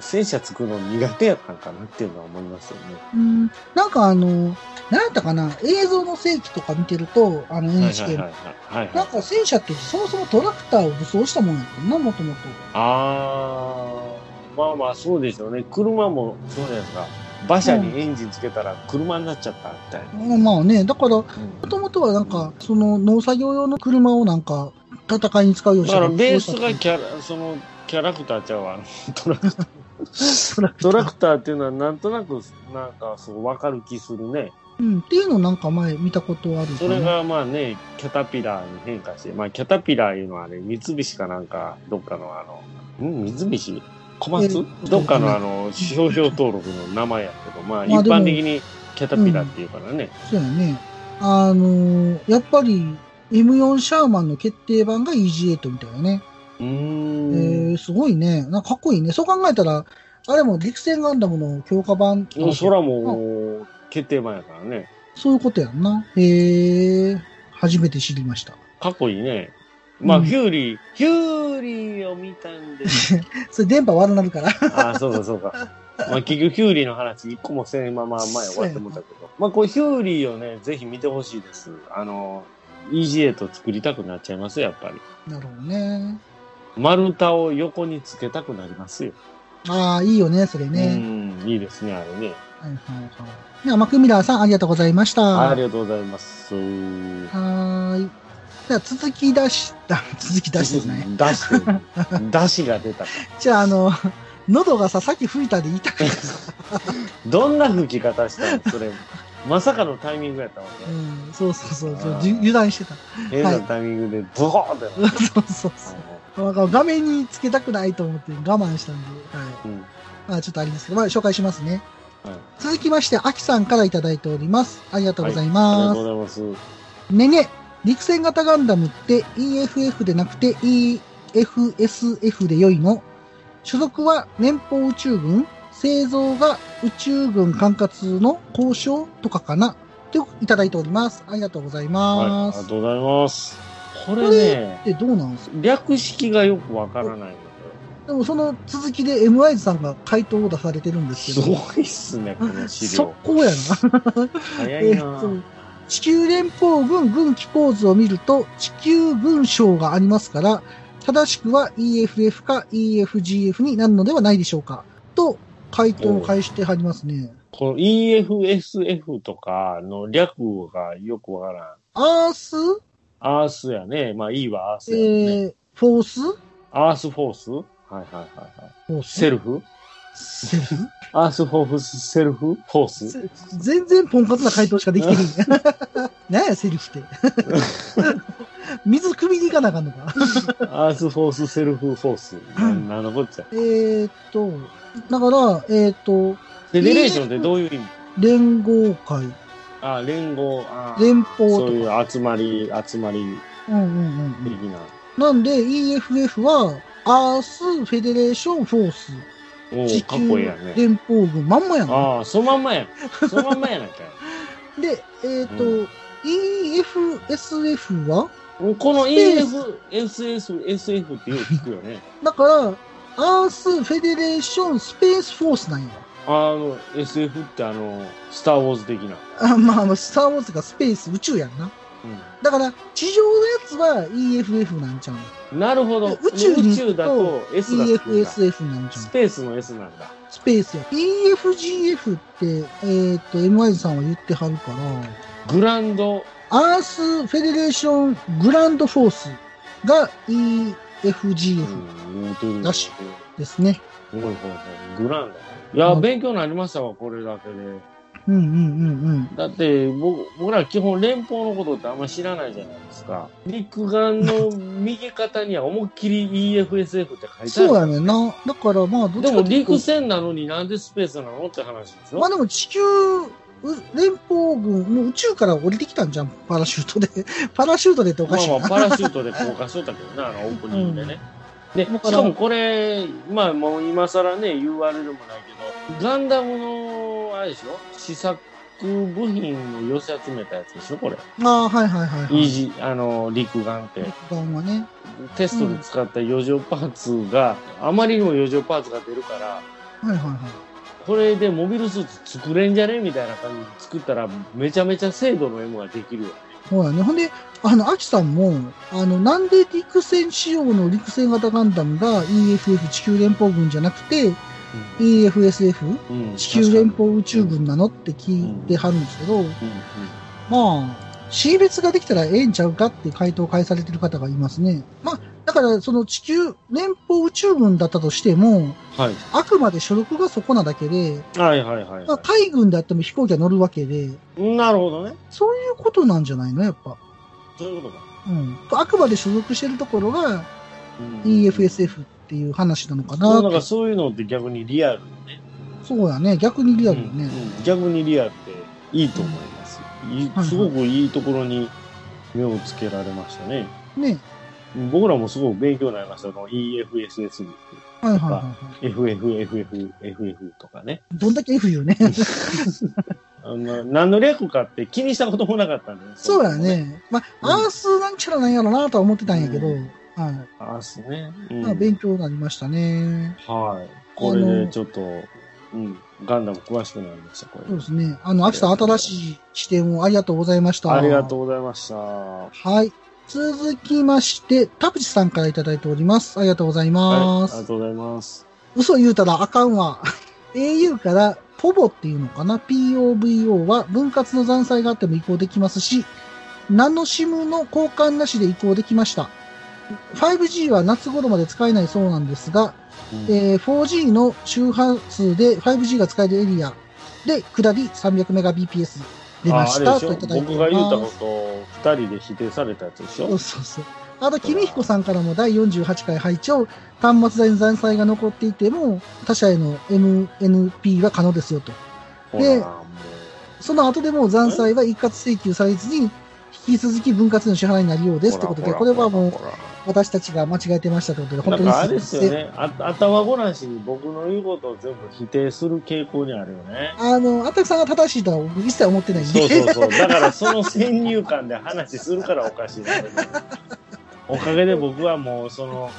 [SPEAKER 2] 戦車作るの苦手やったんかなっていうのは思いますよね。
[SPEAKER 1] うんなんかあの、なんやったかな、映像の世紀とか見てると、あの
[SPEAKER 2] はいはいはい
[SPEAKER 1] NHK の。
[SPEAKER 2] はいはい
[SPEAKER 1] なんか戦車ってそもそもトラクターを武装したもんやったな、もともと。
[SPEAKER 2] ああまあまあそうでしょうね車もそうじゃないですか馬車にエンジンつけたら車になっちゃったみたいな、
[SPEAKER 1] うんまあね、だから、も
[SPEAKER 2] うん
[SPEAKER 1] ともとはなんか、その農作業用の車をなんか、戦いに使うようにし
[SPEAKER 2] だ
[SPEAKER 1] た
[SPEAKER 2] からベースが
[SPEAKER 1] ト
[SPEAKER 2] キャラそのキャラクターちゃうわトラクター
[SPEAKER 1] ラクタ
[SPEAKER 2] ト
[SPEAKER 1] ー。
[SPEAKER 2] ラクターっていうのはなんとなくなんかそう分かる気するね
[SPEAKER 1] うん、っていうのなんか前見たことあるか
[SPEAKER 2] そ
[SPEAKER 1] な
[SPEAKER 2] れがまあねキャタピラーに変化してまあキャタピラーいうのはね三菱かなんかどっかのあのん三菱小松
[SPEAKER 1] え
[SPEAKER 2] どっかのあの商標登録の名前やけどまあ一
[SPEAKER 1] まあでも
[SPEAKER 2] 般的にキャタピラーっていうからね、
[SPEAKER 1] そうやね。あのーやっぱり、M4 シャーマンの決定版が EG8 みたいなね。
[SPEAKER 2] う
[SPEAKER 1] え
[SPEAKER 2] ーん。
[SPEAKER 1] ー、すごいね。なんかかっこいいね。そう考えたら、あれも陸戦ガンダムの強化版って
[SPEAKER 2] もうそらもう、決定版やからね。
[SPEAKER 1] そういうことやんな。へえー、初めて知りました。
[SPEAKER 2] かっこいいね。まあ、
[SPEAKER 1] うん
[SPEAKER 2] ヒューリー、ヒューリーを見たんです。
[SPEAKER 1] それ電波悪なるから。
[SPEAKER 2] ああ、そうかそうか。まあ、結局、ヒューリーの話、一個もせんまま前終わってもったけ ど。まあ、これ、ヒューリーをね、ぜひ見てほしいです。あの、EGA と作りたくなっちゃいますよ、やっぱり。
[SPEAKER 1] なるほどね。
[SPEAKER 2] 丸太を横につけたくなりますよ。
[SPEAKER 1] ああ、いいよね、それ
[SPEAKER 2] う
[SPEAKER 1] ね。
[SPEAKER 2] ん、いいですね、あれね。
[SPEAKER 1] はいはいはい。では、マクミラーさん、ありがとうございました。
[SPEAKER 2] あ
[SPEAKER 1] は
[SPEAKER 2] りがとうございます。出
[SPEAKER 1] ーい。では、続き出した、 続き出してですね。
[SPEAKER 2] 出して る。出汁が出た。
[SPEAKER 1] じゃあ、あの、 喉がさ、さっき吹いたで言いた く
[SPEAKER 2] どんな吹き方したのそれ。まさかのタイミングやったもん
[SPEAKER 1] う
[SPEAKER 2] ね。
[SPEAKER 1] ん、そうそうそうそう、
[SPEAKER 2] あー
[SPEAKER 1] じゅ油断してた。
[SPEAKER 2] 変なタイミングでブコーってなった
[SPEAKER 1] そうそうそう。なんか画面につけたくないと思って我慢したんで、はい。
[SPEAKER 2] うん
[SPEAKER 1] まあちょっとありますけど、まあ紹介しますね。
[SPEAKER 2] はい
[SPEAKER 1] 続きまして、アキさんからいただいております。ありがとうござい
[SPEAKER 2] ありが
[SPEAKER 1] ます。
[SPEAKER 2] とうございます。
[SPEAKER 1] ねね、陸戦型ガンダムって EFF でなくて EFSF で良いの所属は年俸宇宙軍製造が宇宙軍管轄の交渉とかかなっていただいております。ありがとうござい
[SPEAKER 2] はい、あ
[SPEAKER 1] ま
[SPEAKER 2] りが
[SPEAKER 1] す。
[SPEAKER 2] とうございます。これ
[SPEAKER 1] こ
[SPEAKER 2] ね
[SPEAKER 1] れ、ってどうなんですか
[SPEAKER 2] 略式がよくわからないの
[SPEAKER 1] でもその続きで MI ズさんが回答を出されてるん
[SPEAKER 2] で。
[SPEAKER 1] です
[SPEAKER 2] す
[SPEAKER 1] け
[SPEAKER 2] ご
[SPEAKER 1] ど。
[SPEAKER 2] いっすね、この資
[SPEAKER 1] 速
[SPEAKER 2] 料。
[SPEAKER 1] 攻やな。
[SPEAKER 2] 早
[SPEAKER 1] え
[SPEAKER 2] い
[SPEAKER 1] ー
[SPEAKER 2] な
[SPEAKER 1] そ。の地球連邦軍軍機構図を見ると、地球軍章がありますから、正しくは EFF か EFGF になるのではないでしょうか。と、回答を返してはりますね。
[SPEAKER 2] この EFSF とかの略がよくわからん。
[SPEAKER 1] アース、
[SPEAKER 2] アースやね。まあ E はアース
[SPEAKER 1] え
[SPEAKER 2] やね。
[SPEAKER 1] ー、フォース
[SPEAKER 2] アースフォースはいはいはいはい。
[SPEAKER 1] フォース
[SPEAKER 2] セルフ
[SPEAKER 1] セルフ
[SPEAKER 2] アースフォースセルフフォース
[SPEAKER 1] せ全然ポンカツな回答しかできてへん。 何や、セルフって。水汲みに行かなあかんのか。
[SPEAKER 2] アースフォースセルフフォース。ななんのこっちゃ。
[SPEAKER 1] えーっと、だから、えーっと、
[SPEAKER 2] フェデレーションってどういう意味
[SPEAKER 1] 連合会、
[SPEAKER 2] あ、連合。あー
[SPEAKER 1] 連邦
[SPEAKER 2] そう
[SPEAKER 1] とか。
[SPEAKER 2] いう集まり、集まり
[SPEAKER 1] うんうんうんう
[SPEAKER 2] 的
[SPEAKER 1] ん。
[SPEAKER 2] な。
[SPEAKER 1] なんで EFF は、アース・フェデレーション・フォース、
[SPEAKER 2] お
[SPEAKER 1] 地
[SPEAKER 2] お、かっこいいや
[SPEAKER 1] 球
[SPEAKER 2] ね。
[SPEAKER 1] 連邦軍、まんまやな。
[SPEAKER 2] ああ、そのまんまや。そのまんまやなきゃ。
[SPEAKER 1] で、えーっと、
[SPEAKER 2] う
[SPEAKER 1] EFSF は
[SPEAKER 2] この EF、SS、SF ってよく聞くよね。
[SPEAKER 1] だから、アース・フェデレーション・スペース・フォースなんや。
[SPEAKER 2] あの、SF ってあの、スター・ウォーズ的な。
[SPEAKER 1] あまあ、あの、スター・ウォーズがスペース、宇宙やんな。だから、地上のやつは EFF なんちゃう
[SPEAKER 2] うんなるほど。
[SPEAKER 1] え宇宙に行く
[SPEAKER 2] 宇
[SPEAKER 1] と
[SPEAKER 2] 宙だと S がつくんだ。
[SPEAKER 1] ?EFSF なんちゃ
[SPEAKER 2] ス
[SPEAKER 1] う
[SPEAKER 2] ペースの S なんだ。
[SPEAKER 1] スペースや。EFGF って、えーっと、MI さんは言ってはるから、
[SPEAKER 2] グランド、
[SPEAKER 1] アース・フェデレーション・グランド・フォースが
[SPEAKER 2] う
[SPEAKER 1] EFGF
[SPEAKER 2] ん、言うてる
[SPEAKER 1] なしですね。
[SPEAKER 2] ほいほいほい。グランド。いや、
[SPEAKER 1] うん
[SPEAKER 2] 勉強になりましたわ、これだけで。
[SPEAKER 1] うんうんうんうん。
[SPEAKER 2] だって、僕僕ら基本連邦のことってあんま知らないじゃないですか。陸眼の右肩には思いっきり EFSF って書いてある。
[SPEAKER 1] そうやねんな。だからまあ、どっ
[SPEAKER 2] で
[SPEAKER 1] ち
[SPEAKER 2] も
[SPEAKER 1] かというと
[SPEAKER 2] 陸戦なのになんでスペースなのって話でしょ、
[SPEAKER 1] まあでも地球、う連邦軍、もう宇宙から降りてきたんじゃん、パラシュートで。 パラシュートでってお
[SPEAKER 2] ま
[SPEAKER 1] かしいな。
[SPEAKER 2] あまあ、パラシュートで降下しとったけどな、あのオープニングでね。で、
[SPEAKER 1] だ
[SPEAKER 2] し
[SPEAKER 1] から
[SPEAKER 2] かもこれ、まあもう今更ね、URL もないけど、ガンダムの、あれでしょ試作部品を寄せ集めたやつでしょこれ。
[SPEAKER 1] ああ、はいはいはい、はい。
[SPEAKER 2] イージーあの、陸眼って。
[SPEAKER 1] 爆弾はね。
[SPEAKER 2] テストで使った余剰パーツが、あまりにも余剰パーツが出るから、
[SPEAKER 1] はいはいはい。
[SPEAKER 2] これでモビルスーツ作れんじゃねみたいな感じで作ったら、めちゃめちゃ精度の M ができるよ。
[SPEAKER 1] そうやね。ほんで、あの、アキさんも、あの、なんで陸戦仕様の陸戦型ガンダムが EFF 地球連邦軍じゃなくて、EFSF
[SPEAKER 2] うん
[SPEAKER 1] 地球連邦宇宙軍なのって聞いてはるんですけど、
[SPEAKER 2] うんうん
[SPEAKER 1] まあ、性別ができたらええんちゃうかって回答を返されてる方がいますね。まあ、だからその地球連邦宇宙軍だったとしても、
[SPEAKER 2] はい。
[SPEAKER 1] あくまで所属がそこなだけで、
[SPEAKER 2] はいはいはい、
[SPEAKER 1] まあ、
[SPEAKER 2] は
[SPEAKER 1] 海軍であっても飛行機は乗るわけで、
[SPEAKER 2] い。なるほどね。
[SPEAKER 1] そういうことなんじゃないのやっぱ。
[SPEAKER 2] そういうことか。
[SPEAKER 1] うん。あくまで所属してるところが EFSF っていう話なのかな
[SPEAKER 2] そ
[SPEAKER 1] っ
[SPEAKER 2] うなん
[SPEAKER 1] て
[SPEAKER 2] かそういうのって逆にリアルよね。
[SPEAKER 1] そうやね。逆にリアルよね。
[SPEAKER 2] うんうん逆にリアルでいいと思います。いい
[SPEAKER 1] はい
[SPEAKER 2] すごくいいところに目をつけられましたね。
[SPEAKER 1] ね。
[SPEAKER 2] 僕らもすごく勉強になりました。この EFSS に。
[SPEAKER 1] はいはいはいはい。
[SPEAKER 2] FFFF、FF とかね。
[SPEAKER 1] どんだけ F 言うね。
[SPEAKER 2] あの何の略かって気にしたこともなかったんで。
[SPEAKER 1] そうや。ね。まあ、
[SPEAKER 2] うん
[SPEAKER 1] アースなんちゃらなんやろなとは思ってたんやけど、
[SPEAKER 2] う
[SPEAKER 1] はい。
[SPEAKER 2] ああ、すね。うん
[SPEAKER 1] まあ、勉強になりましたね。
[SPEAKER 2] はい。これでちょっと、うん、ガンダム詳しくなりました、これ。
[SPEAKER 1] そうですね。あの、秋さん、新しい視点をありがとうございました。
[SPEAKER 2] ありがとうございました。は
[SPEAKER 1] はい。続きまして、田淵さんからいただいております。ありがとうござい
[SPEAKER 2] い、あ
[SPEAKER 1] ます。
[SPEAKER 2] りがとうございます。
[SPEAKER 1] 嘘言うたらあかんわ。au から、ポボっていうのかな ?povo は分割の残債があっても移行できますし、ナノシムの交換なしで移行できました。5G は夏頃まで使えないそうなんですが、
[SPEAKER 2] うん
[SPEAKER 1] えー 4G の周波数で 5G が使えるエリアで下り 300Mbps 出まし
[SPEAKER 2] あ
[SPEAKER 1] た
[SPEAKER 2] あれ
[SPEAKER 1] といた
[SPEAKER 2] でし
[SPEAKER 1] だいて
[SPEAKER 2] ょ僕
[SPEAKER 1] お
[SPEAKER 2] が
[SPEAKER 1] り
[SPEAKER 2] 言うた
[SPEAKER 1] ま
[SPEAKER 2] こ
[SPEAKER 1] す。
[SPEAKER 2] とを二人で否定されたやつでし
[SPEAKER 1] そ
[SPEAKER 2] ょ
[SPEAKER 1] うそうそう。あと、君彦さんからも第48回配置を端末代の残債が残っていても他社への MNP は可能ですよと。
[SPEAKER 2] ほら
[SPEAKER 1] で
[SPEAKER 2] もう
[SPEAKER 1] その後でも残債は一括請求されずに引き続き分割の支払いになるようですってことで、これはもう
[SPEAKER 2] ほら
[SPEAKER 1] 私たちが間違えてましたってことで、
[SPEAKER 2] ほら
[SPEAKER 1] 本
[SPEAKER 2] な
[SPEAKER 1] 当に
[SPEAKER 2] んかあれですよね、あ頭ごなしに僕の言うことを全部否定する傾向にあるよね。
[SPEAKER 1] あの、あたくさんが正しいとは僕一切思ってないんで、
[SPEAKER 2] そうそうそう。だからその先入観で話するからおかしいなおかげで僕はもうその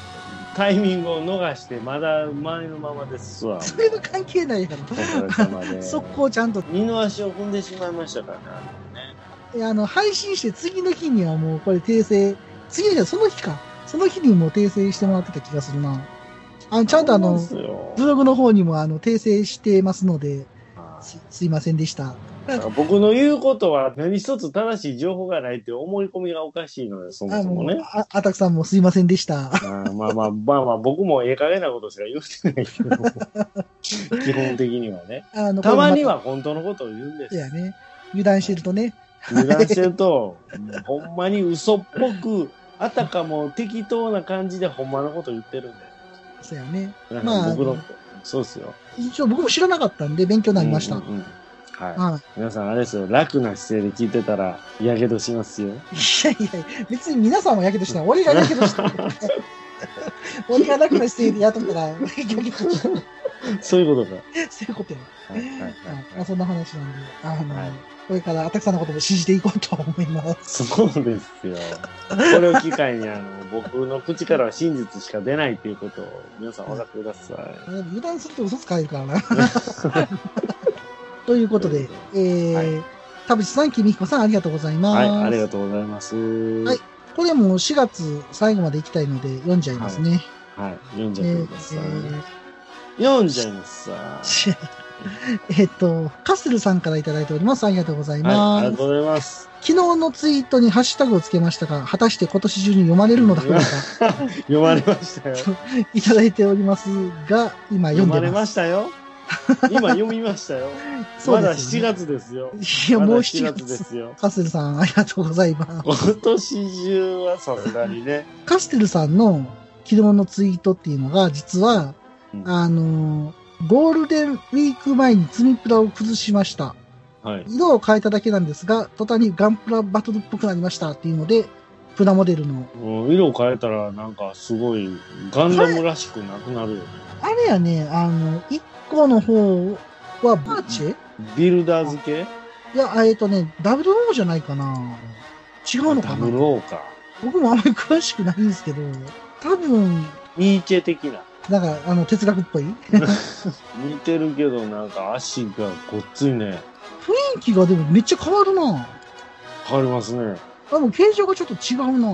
[SPEAKER 2] タイミングを逃してまだ前のままです わ。
[SPEAKER 1] それは関係ないや
[SPEAKER 2] お
[SPEAKER 1] ろ。
[SPEAKER 2] かげさまで。
[SPEAKER 1] 速攻ちゃんと、
[SPEAKER 2] 二の足を踏んでしまいましたからねあれね。
[SPEAKER 1] いやあの、配信して次の日にはもうこれ訂正、次の日はその日か。その日にもう訂正してもらってた気がするな。あの、ちゃんとあの、
[SPEAKER 2] そうなんです
[SPEAKER 1] ブ
[SPEAKER 2] よ
[SPEAKER 1] ログの方にもあの、訂正してますので、
[SPEAKER 2] あ
[SPEAKER 1] すすいませんでした。
[SPEAKER 2] ーだから僕の言うことは何一つ正しい情報がないっていう思い込みがおかしいので、そも
[SPEAKER 1] あ
[SPEAKER 2] そも
[SPEAKER 1] もう
[SPEAKER 2] ね。
[SPEAKER 1] ああたくさんもすいませんでした。
[SPEAKER 2] あーまあまあまあまあ、僕もええ加減なことしか言って ないけど、基本的にはね。
[SPEAKER 1] あの
[SPEAKER 2] たまに。は本当のことを言うんです
[SPEAKER 1] そう
[SPEAKER 2] よ
[SPEAKER 1] やね。油断してるとね。
[SPEAKER 2] 油断してると、ほんまに嘘っぽく、あたかも適当な感じでほんまのこと言ってるん
[SPEAKER 1] そうやね。
[SPEAKER 2] で。なん
[SPEAKER 1] まあ
[SPEAKER 2] か僕の、そうっすよ。
[SPEAKER 1] 一応僕も知らなかったんで勉強になりました。
[SPEAKER 2] うんうんうんはい。
[SPEAKER 1] はい。
[SPEAKER 2] 皆さんあれですよ、楽な姿勢で聞いてたら、やけどしますよ。
[SPEAKER 1] いやいや、別に皆さんはやけどした。俺がやけど した。俺が楽な姿勢でやっとったら、やけどした。そう
[SPEAKER 2] そういうことか。
[SPEAKER 1] いうことや。
[SPEAKER 2] はいはいはい
[SPEAKER 1] はいま
[SPEAKER 2] は
[SPEAKER 1] あ、
[SPEAKER 2] い。
[SPEAKER 1] そんな話なんで、あの、
[SPEAKER 2] はい
[SPEAKER 1] これからあたくさんのことも信じていこうと思います。
[SPEAKER 2] そうですよ。これを機会に、あの、僕の口からは真実しか出ないということを、皆さんお分かってください。
[SPEAKER 1] 油断すると嘘つかれるから な。ということで、えー、田淵さん、君彦さん、ありがとうございます。
[SPEAKER 2] はい、ありがとうございます。はい
[SPEAKER 1] これもう4月最後まで行きたいので読んじゃいますね。
[SPEAKER 2] はい、読んじ
[SPEAKER 1] え
[SPEAKER 2] ゃって
[SPEAKER 1] ー
[SPEAKER 2] ください。読んじゃいますさ。
[SPEAKER 1] えー えっと、カステルさんからいただいております。ありがとうござい
[SPEAKER 2] はい、あ
[SPEAKER 1] ます。
[SPEAKER 2] りがとうございます。
[SPEAKER 1] 昨日のツイートにハッシュタグをつけましたが、果たして今年中に読まれるのだろうか
[SPEAKER 2] 読まれま したよ。
[SPEAKER 1] いただいておりますが、今読
[SPEAKER 2] 読
[SPEAKER 1] んで
[SPEAKER 2] まれ
[SPEAKER 1] ま。
[SPEAKER 2] ますした よ。今読みましたよ。
[SPEAKER 1] そう
[SPEAKER 2] ま
[SPEAKER 1] で
[SPEAKER 2] だ
[SPEAKER 1] す
[SPEAKER 2] 7
[SPEAKER 1] よね
[SPEAKER 2] 月ですよ。
[SPEAKER 1] いや、
[SPEAKER 2] ま
[SPEAKER 1] もう
[SPEAKER 2] だ
[SPEAKER 1] 7月
[SPEAKER 2] で
[SPEAKER 1] です。
[SPEAKER 2] すよ。
[SPEAKER 1] カステルさん、ありがとうございます。
[SPEAKER 2] 今年中はさすが にね。
[SPEAKER 1] カステルさんの昨日のツイートっていうのが、実は、
[SPEAKER 2] うん
[SPEAKER 1] あのーゴールデンウィーク前に積みプラを崩しました。
[SPEAKER 2] はい。
[SPEAKER 1] 色を変えただけなんですが、途端にガンプラバトルっぽくなりましたっていうので、プラモデルの。
[SPEAKER 2] もう色を変えたらなんかすごいガンダムらしくなくなるよね。
[SPEAKER 1] あれやね、あの、1個の方はバーチェ
[SPEAKER 2] ビルダーズ系
[SPEAKER 1] いや、えっとね、ダブルオーじゃないかな違うのか
[SPEAKER 2] ダ
[SPEAKER 1] な
[SPEAKER 2] ブルオーか。
[SPEAKER 1] 僕もあんまり詳しくないんですけど、多分、
[SPEAKER 2] ニーチェ的な。
[SPEAKER 1] なんか、あの、哲学っぽい雰
[SPEAKER 2] 似てるけどなんか足がごっついね。
[SPEAKER 1] 囲気がでもめっちゃ変わるな
[SPEAKER 2] 変わりますね。
[SPEAKER 1] あ、もう形状がちょっと違うな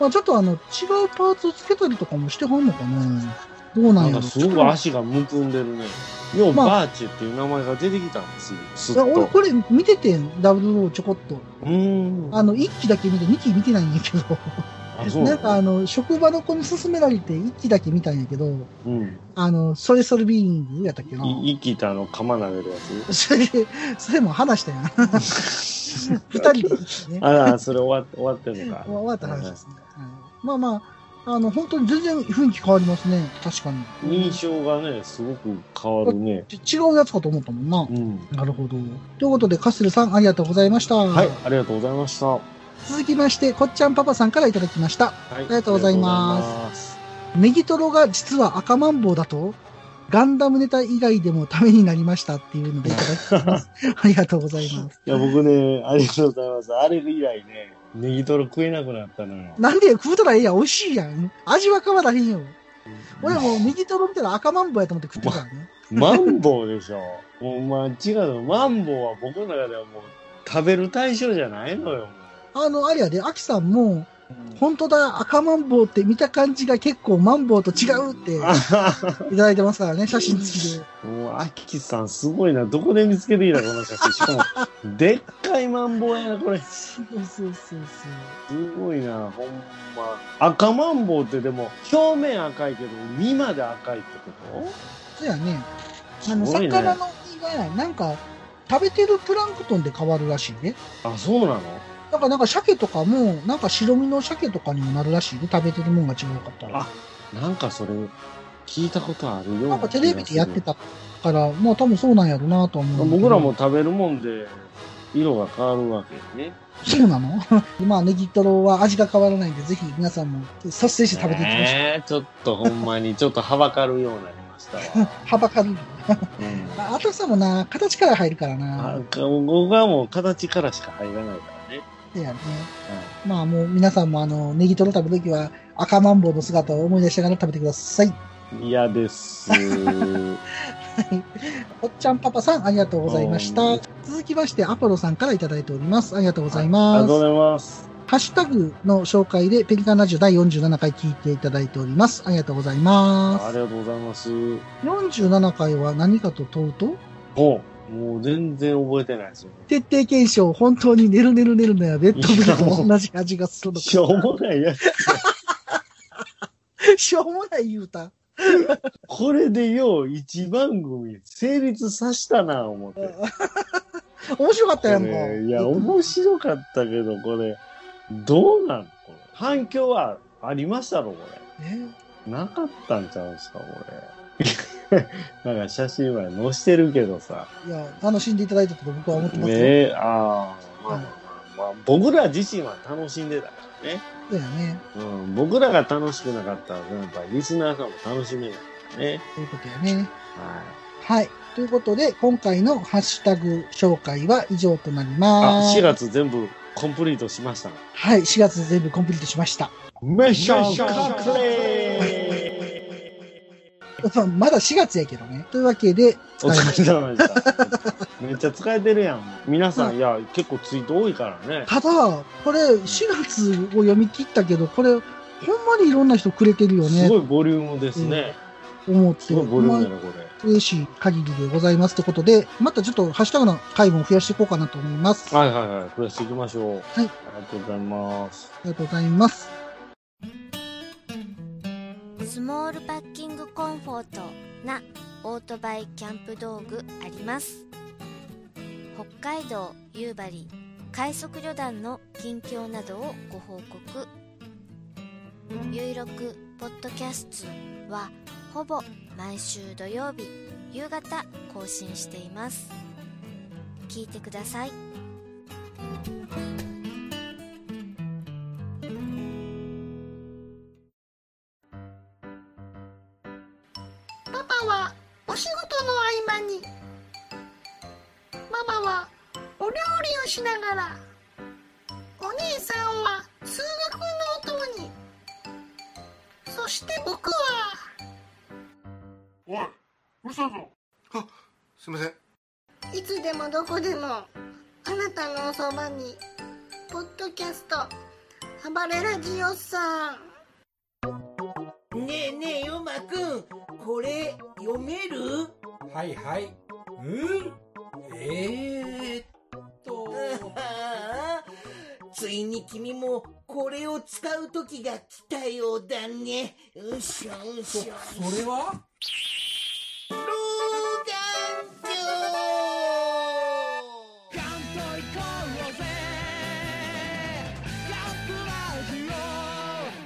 [SPEAKER 1] まあちょっとあの、違うパーツをつけたりとかもしてはんのかなどうな
[SPEAKER 2] なんん
[SPEAKER 1] や
[SPEAKER 2] か
[SPEAKER 1] ろ
[SPEAKER 2] すごく足がむくんでるね。よう、
[SPEAKER 1] まあ
[SPEAKER 2] バーチェっていう名前が出てきたんですよ。すっ
[SPEAKER 1] いや俺
[SPEAKER 2] と。
[SPEAKER 1] これ見ててん、ダブルローちょこっと。
[SPEAKER 2] うーん。
[SPEAKER 1] あの、1期だけ見て、2期見てないんやけど、
[SPEAKER 2] あ、そう
[SPEAKER 1] な
[SPEAKER 2] なん
[SPEAKER 1] かあの、職場の子に勧められて1期だけ見たんやけど、
[SPEAKER 2] うん。
[SPEAKER 1] あの、それそれビーイングやったっけな。
[SPEAKER 2] い生きたあの、釜投げるやつ。
[SPEAKER 1] それ、それも話 したやん。二人で一気にね。
[SPEAKER 2] あら、それ終わ終わってるのか。
[SPEAKER 1] 終わった話ですね。はいまあまあ、あの、本当に全然雰囲気変わりますね。確かに。
[SPEAKER 2] 印象がね、すごく変わるね。
[SPEAKER 1] ち違うやつかと思ったもんな
[SPEAKER 2] う。ん。
[SPEAKER 1] なるほど。ということで、カステルさん、ありがとうございました。
[SPEAKER 2] はい、ありがとうございました。は
[SPEAKER 1] 続きまして、こっちゃんパパさんからいただきました。
[SPEAKER 2] い、あり
[SPEAKER 1] がとうございます
[SPEAKER 2] がとうございます。
[SPEAKER 1] ネギトロが実は赤マンボウだと、ガンダムネタ以外でもためになりましたっていうのでいただきます。 ありがとうございます。
[SPEAKER 2] いや、僕ね、ありがとうございます。あれ以来ね、ネギトロ食えなくなったのよ。
[SPEAKER 1] なんで食うたらええやん、美味しいやん。味は変わらへんよ。俺もうネギトロ見たら赤マンボウやと思って食ってたからね。
[SPEAKER 2] マンボウでしょ。 もう、まあ、違うの。マンボウは僕の中ではもう、食べる対象じゃないのよ。
[SPEAKER 1] あの、あれやで、アキさんも、本当だ、赤マンボウって見た感じが結構マンボウと違うって
[SPEAKER 2] あははい
[SPEAKER 1] ただいてますから ね、写真付きで。
[SPEAKER 2] もう、アキさんすごいな。どこで見つけてきたこの写真。しかも、でっかいマンボウやな、これ。す
[SPEAKER 1] そうそうそうそう。
[SPEAKER 2] ごいな、ほんま。赤マンボウってでも、表面赤いけど、身まで赤いってこと
[SPEAKER 1] そうやね。あの、
[SPEAKER 2] すごいね
[SPEAKER 1] 魚の身が、なんか、食べてるプランクトンで変わるらしいね。
[SPEAKER 2] あ、そうなの
[SPEAKER 1] だからなんか鮭とかも、なんか白身の鮭とかにもなるらしいね。食べてるもんが違うかったら
[SPEAKER 2] あ。なんかそれ、聞いたことあるような気がする。
[SPEAKER 1] なんかテレビでやってたから、まあ多分そうなんやろうなとは思う。
[SPEAKER 2] 僕らも。食べるもんで、色が変わるわけですね。
[SPEAKER 1] そうなの まあ、ネギトロは味が変わらないんで、ぜひ皆さんも率先して食べていきましょう。
[SPEAKER 2] えーちょっとほんまに、ちょっとはばかるようになりました わ。
[SPEAKER 1] はばかる。
[SPEAKER 2] うん
[SPEAKER 1] ああとさもな、形から入るから
[SPEAKER 2] あ
[SPEAKER 1] な。
[SPEAKER 2] 僕はもう形からしか入らないからね。
[SPEAKER 1] でやね。まあもう皆さんもあの、ネギトロ食べるときは赤マンボウの姿を思い出しながら食べてください。
[SPEAKER 2] 嫌 です。
[SPEAKER 1] おっちゃんパパさん、ありがとうございまし
[SPEAKER 2] う
[SPEAKER 1] た
[SPEAKER 2] ん。
[SPEAKER 1] 続きまして、アポロさんからいただいております。ありがとうござい
[SPEAKER 2] あり
[SPEAKER 1] ま
[SPEAKER 2] が
[SPEAKER 1] す
[SPEAKER 2] とう。ございます。
[SPEAKER 1] ハッシュタグの紹介で、ペリカンラジオ第47回聞いていただいております。ありがとうございま
[SPEAKER 2] あり
[SPEAKER 1] す。
[SPEAKER 2] がとうございます。
[SPEAKER 1] 47回は何かと問うと、
[SPEAKER 2] ほう。もう全然覚えてないですよね。
[SPEAKER 1] 徹底検証、本当に寝る寝る寝るのやベッドブルと同じ味がす るのか。
[SPEAKER 2] しょうもないやつ。
[SPEAKER 1] しょうもない言うた。
[SPEAKER 2] これでよう一番組成立さしたな、思って。
[SPEAKER 1] 面白かったやんか。
[SPEAKER 2] これいや、面白かったけど、これ、どうなんこれ。反響はありましたろ、こ
[SPEAKER 1] え
[SPEAKER 2] れ。なかったんちゃうんすか、これ。 なんか写真は載してるけどさ。
[SPEAKER 1] いや、楽しんでいただいたと僕は思ってますよ。
[SPEAKER 2] ねえ、ああ、まあまあまあ、僕ら自身は楽しんでたからね。
[SPEAKER 1] そうやね。
[SPEAKER 2] うん、僕らが楽しくなかったら、やっぱりリスナーさんも楽しめないからね。
[SPEAKER 1] ということやね。
[SPEAKER 2] はい。
[SPEAKER 1] はい。ということで、今回のハッシュタグ紹介は以上となりま
[SPEAKER 2] あ、
[SPEAKER 1] す。
[SPEAKER 2] 4。月全部コンプリートしました。
[SPEAKER 1] はい、4月全部コンプリートしました。
[SPEAKER 2] メッ
[SPEAKER 5] ション
[SPEAKER 2] クレ
[SPEAKER 1] まあまだ4月やけどね。というわけで、
[SPEAKER 2] お疲れ様でした。めっちゃ疲れてるやん。皆さん、いや、結構ツイート多いからね。
[SPEAKER 1] ただ、これ、4月を読み切ったけど、これ、ほんまにいろんな人くれてるよ
[SPEAKER 2] す
[SPEAKER 1] ね、
[SPEAKER 2] ごいボリュームですね。
[SPEAKER 1] 思って、
[SPEAKER 2] すごいボリューム
[SPEAKER 1] ま
[SPEAKER 2] だ
[SPEAKER 1] あ
[SPEAKER 2] ね、こ
[SPEAKER 1] 嬉しい限りでございますということで、またちょっとハッシュタグの回も増やしていこうかなと思います。
[SPEAKER 2] れ。
[SPEAKER 1] あ
[SPEAKER 2] はいはいはい。増やしていきましょう。はいありがとうございます。
[SPEAKER 1] りがとうございます。
[SPEAKER 6] スモールパッキングコンフォートなオートバイキャンプ道具あります北海道夕張快速旅団の近況などをご報告「ゆいろくポッドキャスト」はほぼ毎週土曜日夕方更新しています聞いてください
[SPEAKER 7] パパはお仕事の合間にママはお料理をしながらお姉さんは数学のお供にそして僕は
[SPEAKER 8] おい、うるさいぞ。あ、すみません。
[SPEAKER 7] いつでもどこでもあなたのおそばにポッドキャスト「暴れラジオ」さん
[SPEAKER 9] ねえねえ、ヨマくん、これ、読める
[SPEAKER 4] はいはいうんえー、っと
[SPEAKER 9] ああ ついに君も、これを使う時が来たようだね。うっしょうっ
[SPEAKER 4] そそ
[SPEAKER 9] しょ。
[SPEAKER 4] れは
[SPEAKER 9] 老眼鏡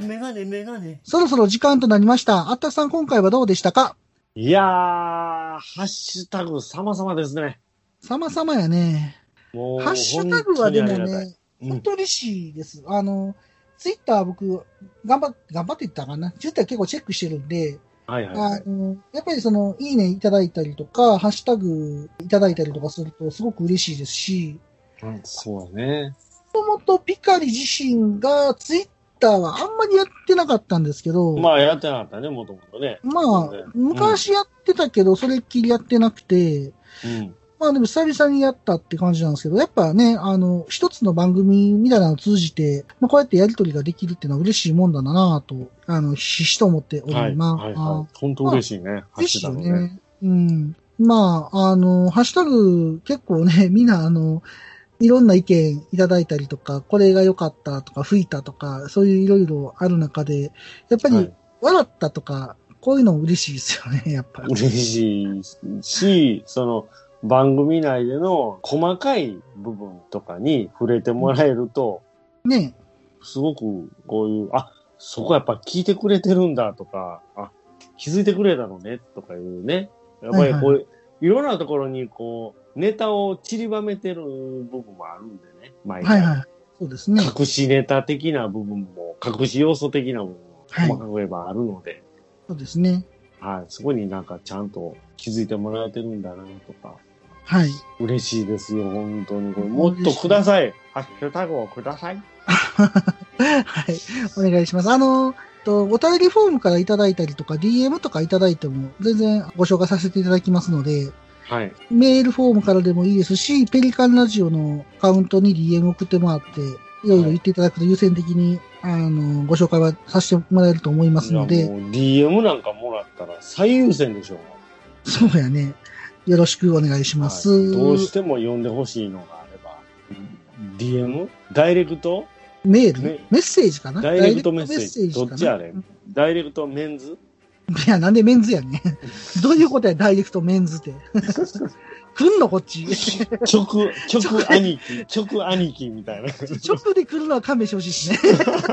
[SPEAKER 9] メガネメガネ。
[SPEAKER 1] そろそろ時間となりました。あったくさん、今回はどうでしたか
[SPEAKER 2] いやー、ハッシュタグ様々ですね。
[SPEAKER 1] 様々やね。
[SPEAKER 2] もう、
[SPEAKER 1] ハッシュタグはでも
[SPEAKER 2] 本当にありが
[SPEAKER 1] ね、
[SPEAKER 2] たい。う
[SPEAKER 1] 本
[SPEAKER 2] ん
[SPEAKER 1] 当嬉しいです。あの、ツイッター僕、頑張って、頑張っていったかな。ツイッター結構チェックしてるんで、
[SPEAKER 2] はいはいは
[SPEAKER 1] あ
[SPEAKER 2] い。
[SPEAKER 1] の、やっぱりその、いいねいただいたりとか、ハッシュタグいただいたりとかするとすごく嬉しいですし、
[SPEAKER 2] うんそうだね。
[SPEAKER 1] もともとピカリ自身がツイッターはあんまりやってなかったんですけど、
[SPEAKER 2] まあ、やってなかったね、もともとね。
[SPEAKER 1] ま
[SPEAKER 2] そ
[SPEAKER 1] あ
[SPEAKER 2] うね、
[SPEAKER 1] 昔やってたけど、それっきりやってなくて、
[SPEAKER 2] うん。
[SPEAKER 1] まあでも久々にやったって感じなんですけど、やっぱね、あの、一つの番組みたいなのを通じて、まあ、こうやってやりとりができるっていうのは嬉しいもんだなぁと、あの、ひしひしと思ってお
[SPEAKER 2] はい。
[SPEAKER 1] ります。
[SPEAKER 2] はいはい。本当嬉しいね。ハッ
[SPEAKER 1] で
[SPEAKER 2] シュ
[SPEAKER 1] す
[SPEAKER 2] タ
[SPEAKER 1] よ
[SPEAKER 2] グ
[SPEAKER 1] ね。
[SPEAKER 2] ね。
[SPEAKER 1] うん。まあ、あの、ハッシュタグ結構ね、 みんなあの、いろんな意見いただいたりとか、これが良かったとか、吹いたとか、そういういろいろある中で、やっぱ
[SPEAKER 2] は
[SPEAKER 1] り
[SPEAKER 2] い
[SPEAKER 1] 笑ったとか、こういうの嬉しいですよね、や っぱり。
[SPEAKER 2] 嬉しいし、その、番組内での細かい部分とかに触れてもらえると、
[SPEAKER 1] ね。
[SPEAKER 2] すごくこういう、あ、そこやっぱ聞いてくれてるんだとか、あ、気づいてくれたのねとかいうね。やっぱりこう、いろんなところにこう、ネタを散りばめてる部分もあるんでね、毎
[SPEAKER 1] はい
[SPEAKER 2] 回。
[SPEAKER 1] はい。そうですね。
[SPEAKER 2] 隠しネタ的な部分も、隠し要素的な部分も、
[SPEAKER 1] はい
[SPEAKER 2] 細かく言えばあるので、
[SPEAKER 1] そうですね。
[SPEAKER 2] はい、そこになんかちゃんと気づいてもらえてるんだなとか、
[SPEAKER 1] はい。
[SPEAKER 2] 嬉しいですよ、本当に。これもっとください。ハッシュタグをください。
[SPEAKER 1] はい。お願いします。あの、とお便りフォームからいただいたりとか、DM とかいただいても、全然ご紹介させていただきますので、
[SPEAKER 2] はい。
[SPEAKER 1] メールフォームからでもいいですし、ペリカンラジオのアカウントに DM 送ってもらって、いろいろ言っていただくと優先的に、あの、ご紹介はさせてもらえると思います
[SPEAKER 2] いや
[SPEAKER 1] の
[SPEAKER 2] もう
[SPEAKER 1] で、
[SPEAKER 2] DM なんかもらったら最優先でしょう。
[SPEAKER 1] そうやね。よろしくお願いします。
[SPEAKER 2] どうしても呼んでほしいのがあれば、DM? ダイレクト
[SPEAKER 1] メール、
[SPEAKER 2] ね
[SPEAKER 1] メッセージかな
[SPEAKER 2] ダイレクトメッセージ。
[SPEAKER 1] ダイレクトメッセージかな
[SPEAKER 2] どっちあれダイレクトメンズ
[SPEAKER 1] いや、なんでメンズやね。どういうことや、ダイレクトメンズっ て。来んの、こっち。
[SPEAKER 2] 直、直兄 貴、直兄貴みたいな。
[SPEAKER 1] 直で来るのは勘弁してほしいしね。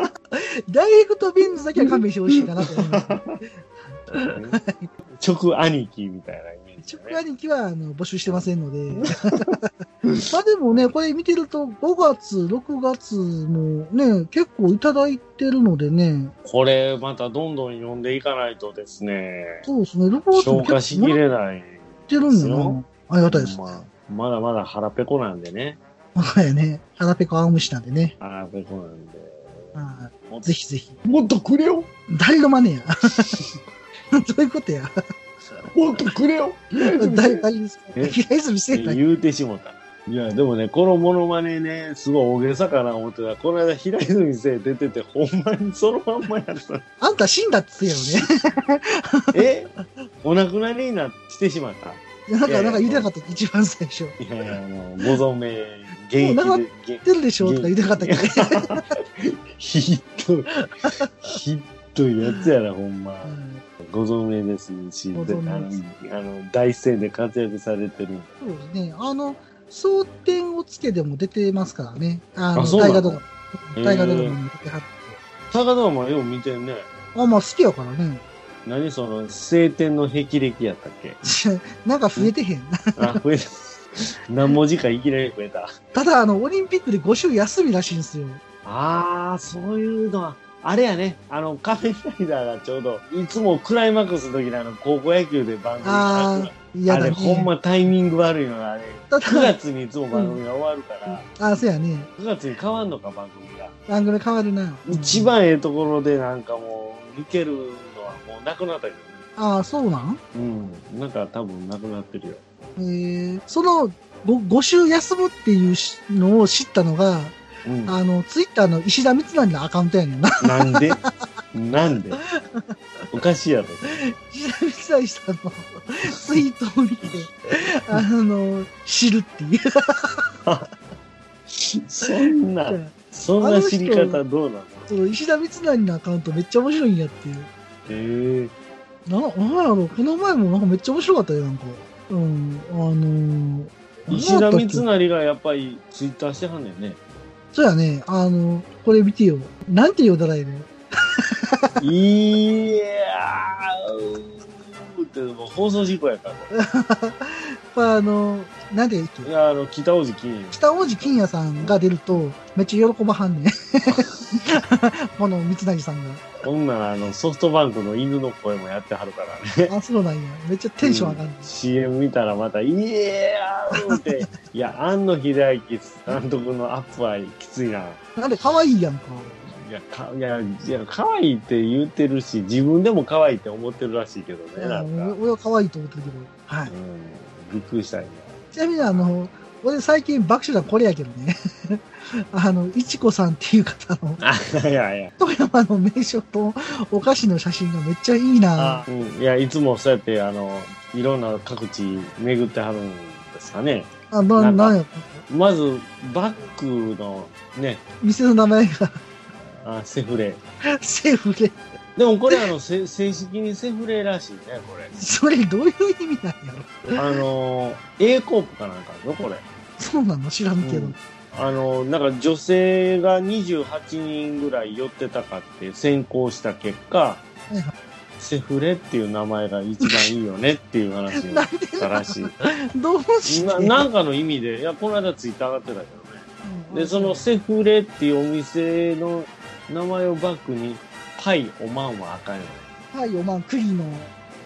[SPEAKER 1] ダイレクトメンズだけは勘弁してほしいかなと思います。
[SPEAKER 2] 直兄貴みたいなイメージだね。
[SPEAKER 1] 直兄貴はあの募集してませんので。 まあでもね、これ見てると、5月、6月もね、結構いただいてるのでね、
[SPEAKER 2] これまたどんどん読んでいかないとですね、
[SPEAKER 1] そうですね、ロボットも
[SPEAKER 2] 消化
[SPEAKER 1] 結
[SPEAKER 2] し
[SPEAKER 1] 構
[SPEAKER 2] き
[SPEAKER 1] もらっ
[SPEAKER 2] れない。
[SPEAKER 1] てるんだな。ありがたいです。
[SPEAKER 2] まあまだまだ腹ペコなんでね。
[SPEAKER 1] はいね、腹ペコ青虫なんでね。
[SPEAKER 2] 腹ペコなんで。
[SPEAKER 1] は
[SPEAKER 2] もっ
[SPEAKER 1] い
[SPEAKER 2] と
[SPEAKER 1] ぜひぜひ。
[SPEAKER 2] もっとくれよ
[SPEAKER 1] 誰のマネや。 どういうことや。
[SPEAKER 2] もっとくれよ
[SPEAKER 1] 大大丈夫ですか
[SPEAKER 2] え
[SPEAKER 1] 平泉
[SPEAKER 2] っ
[SPEAKER 1] 聖
[SPEAKER 2] て
[SPEAKER 1] 太
[SPEAKER 2] 言うてしもた。いや、でもね、このモノマネね、すごい大げさかな思ってた。この間、平泉生出てて、ほんまにそのまんまやった。
[SPEAKER 1] あんた死んだっつってやろ
[SPEAKER 2] えお亡くなりになってしまった。
[SPEAKER 1] ね。なん
[SPEAKER 2] い
[SPEAKER 1] か、
[SPEAKER 2] や
[SPEAKER 1] な
[SPEAKER 2] いや
[SPEAKER 1] んか言うてなかったっけ一番最初。
[SPEAKER 2] いやいや、あの、ご存命、現
[SPEAKER 1] もうな
[SPEAKER 2] 役で、現
[SPEAKER 1] 言ってるでしょとか言うてなかったっけ
[SPEAKER 2] ひどい、ひどいやつやな、ほんま
[SPEAKER 1] う。ん
[SPEAKER 2] ご存命ですし、
[SPEAKER 1] ご
[SPEAKER 2] であ
[SPEAKER 1] 存
[SPEAKER 2] の
[SPEAKER 1] 命です、
[SPEAKER 2] あの大声で活躍されてる。
[SPEAKER 1] そうですね。あの、蒼天をつけでも出てますからね。あの、
[SPEAKER 2] あそうな
[SPEAKER 1] 大
[SPEAKER 2] の
[SPEAKER 1] 河ドラマ。大河ドラマ
[SPEAKER 2] へ
[SPEAKER 1] に出てはって。
[SPEAKER 2] 高田もよう見てんね。
[SPEAKER 1] あ、まあ好きやからね。
[SPEAKER 2] 何その、晴天の霹靂やったっけ
[SPEAKER 1] なんか増えてへん。
[SPEAKER 2] あ、増えた。何文字かいきなり増えた。
[SPEAKER 1] ただ、あの、オリンピックで5週休みらしいんですよ。
[SPEAKER 2] ああ、そういうのは、あれやね、あの、仮面ライダーがちょうど、いつもクライマックスの時にあの、高校野球で番組が
[SPEAKER 1] あ
[SPEAKER 2] る
[SPEAKER 1] あ、嫌
[SPEAKER 2] あ
[SPEAKER 1] だ
[SPEAKER 2] れ、
[SPEAKER 1] ね。
[SPEAKER 2] ほんまタイミング悪いの があれ、
[SPEAKER 1] た
[SPEAKER 2] 9
[SPEAKER 1] だ、
[SPEAKER 2] 月にいつも番組が終わるから、
[SPEAKER 1] あ、そうやね。
[SPEAKER 2] 9月に変わんのか、番組が。
[SPEAKER 1] 番組変わるな。
[SPEAKER 2] 一。番ええところでなんかもう、抜けるのはもうなくなったけどね。
[SPEAKER 1] ああ、そうなん
[SPEAKER 2] うん。なんか多分なくなってるよ。
[SPEAKER 1] えーそのご5週休むっていうしのを知ったのが、
[SPEAKER 2] うん。
[SPEAKER 1] あの、ツイッターの石田三成のアカウントやねんな。
[SPEAKER 2] なん でなんでおかしいやろ。
[SPEAKER 1] 石田三成さんのツイートを見て、あの、知るっていう。
[SPEAKER 2] そんな、そんな知り方どうなの
[SPEAKER 1] その石田三成のアカウントめっちゃ面白いんやっていう。
[SPEAKER 2] へえ
[SPEAKER 1] な、なんやろ、この前もなんかめっちゃ面白かったよ、なんか。うん、あのー、
[SPEAKER 2] 石田三
[SPEAKER 1] 成
[SPEAKER 2] 成がやっぱりツイッターしてはんねんね。
[SPEAKER 1] そうやね、あの、これ見てよ。なんて言うたらいいの
[SPEAKER 2] いやー、うーってもう放送事故やから、こ
[SPEAKER 1] まあ、あの、なんて言うっけ
[SPEAKER 2] れいや、あの、北大路金融。
[SPEAKER 1] 北王子金也さんが出ると、めっちゃ喜ばはんねん。この三成さんが。
[SPEAKER 2] こんなんあの、ソフトバンクの犬の声もやってはるからね。
[SPEAKER 1] あ、そうなんや。めっちゃテンション上がる、ね
[SPEAKER 2] うん CM 見たらまた、いやー、うーって。いや、庵野秀明監督のアップはきついな。
[SPEAKER 1] なんで可愛いやんか。
[SPEAKER 2] いや、か、いや、いや、可愛いって言ってるし、自分でも可愛いって思ってるらしいけどね、なん
[SPEAKER 1] うん俺
[SPEAKER 2] か。
[SPEAKER 1] 俺は可愛いと思ってるけど。はい。
[SPEAKER 2] うん、びっくりしたよね。
[SPEAKER 1] ちなみにあの、俺最近爆笑なこれやけどね。 あの、いちこさんっていう方の、
[SPEAKER 2] あ、 いやいや。
[SPEAKER 1] 富山の名所とお菓子の写真がめっちゃいいな。
[SPEAKER 2] うん、いや、いつもそうやって、あの、いろんな各地巡ってはるんですかね。
[SPEAKER 1] あ、な、
[SPEAKER 2] なんか
[SPEAKER 1] なんや。
[SPEAKER 2] まず、バッグのね、
[SPEAKER 1] 店の名前が
[SPEAKER 2] あセフレ。
[SPEAKER 1] セーフで。
[SPEAKER 2] でもこれ、あの、せ正式にセフレらしいね、これ。
[SPEAKER 1] それどういう意味なんやろ。
[SPEAKER 2] あの、A コープかなんかよ、これ。
[SPEAKER 1] そうなの知らんけど。
[SPEAKER 2] うんあの、なんか女性が28人ぐらい寄ってたかって先行した結果
[SPEAKER 1] いはい、
[SPEAKER 2] セフレっていう名前が一番いいよねっていう話になったらしい。
[SPEAKER 1] どうし
[SPEAKER 2] 今、
[SPEAKER 1] て
[SPEAKER 2] なんかの意味で、いや、この間ツイッター上がってたけどね。
[SPEAKER 1] うん
[SPEAKER 2] で、そのセフレっていうお店の名前をバックに、パイ、おまんはあかんよね。
[SPEAKER 1] パイおまん、栗の、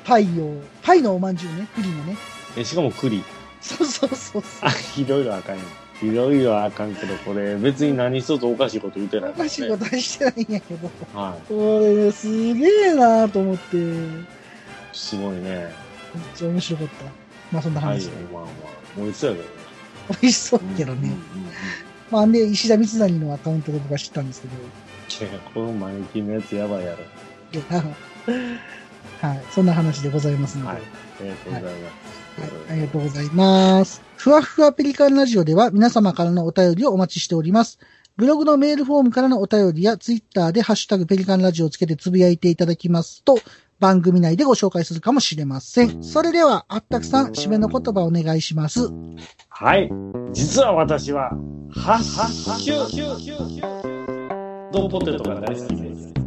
[SPEAKER 1] パイを、パイのおまんじゅうね、栗のね。
[SPEAKER 2] えしかも栗。
[SPEAKER 1] そうそうそうそう。
[SPEAKER 2] あ、いろいろあかんよ。いろいろあかんけど、これ、別に何一つおかしいこと言ってない
[SPEAKER 1] お
[SPEAKER 2] から、ね。
[SPEAKER 1] かしいことはしてないんやけど。
[SPEAKER 2] は
[SPEAKER 1] これ、すげえなーと思って、めっ
[SPEAKER 2] い。すごいね。
[SPEAKER 1] ちゃ面白かった。まあそんな
[SPEAKER 2] パイ
[SPEAKER 1] 話で。、
[SPEAKER 2] おまんは。もういつやけどね。
[SPEAKER 1] 美味しそうけどね。
[SPEAKER 2] うんうんうん
[SPEAKER 1] まあで、石田三成のアカウントで僕は知ったんですけど、
[SPEAKER 2] いやこのマネキンのやつやばいやろ。
[SPEAKER 1] いや はい、そんな話でございますので。
[SPEAKER 2] はい。ありがとうござい
[SPEAKER 1] は
[SPEAKER 2] ま
[SPEAKER 1] い
[SPEAKER 2] す。、
[SPEAKER 1] ありがとうございます。ふわふわペリカンラジオでは皆様からのお便りをお待ちしております。ブログのメールフォームからのお便りやツイッターでハッシュタグペリカンラジオをつけてつぶやいていただきますと、番組内でご紹介するかもしれません。それでは、あったくさん、締めの言葉お願いします。
[SPEAKER 2] はい。実は私は、ハッシュ、ドポテトが大好きです。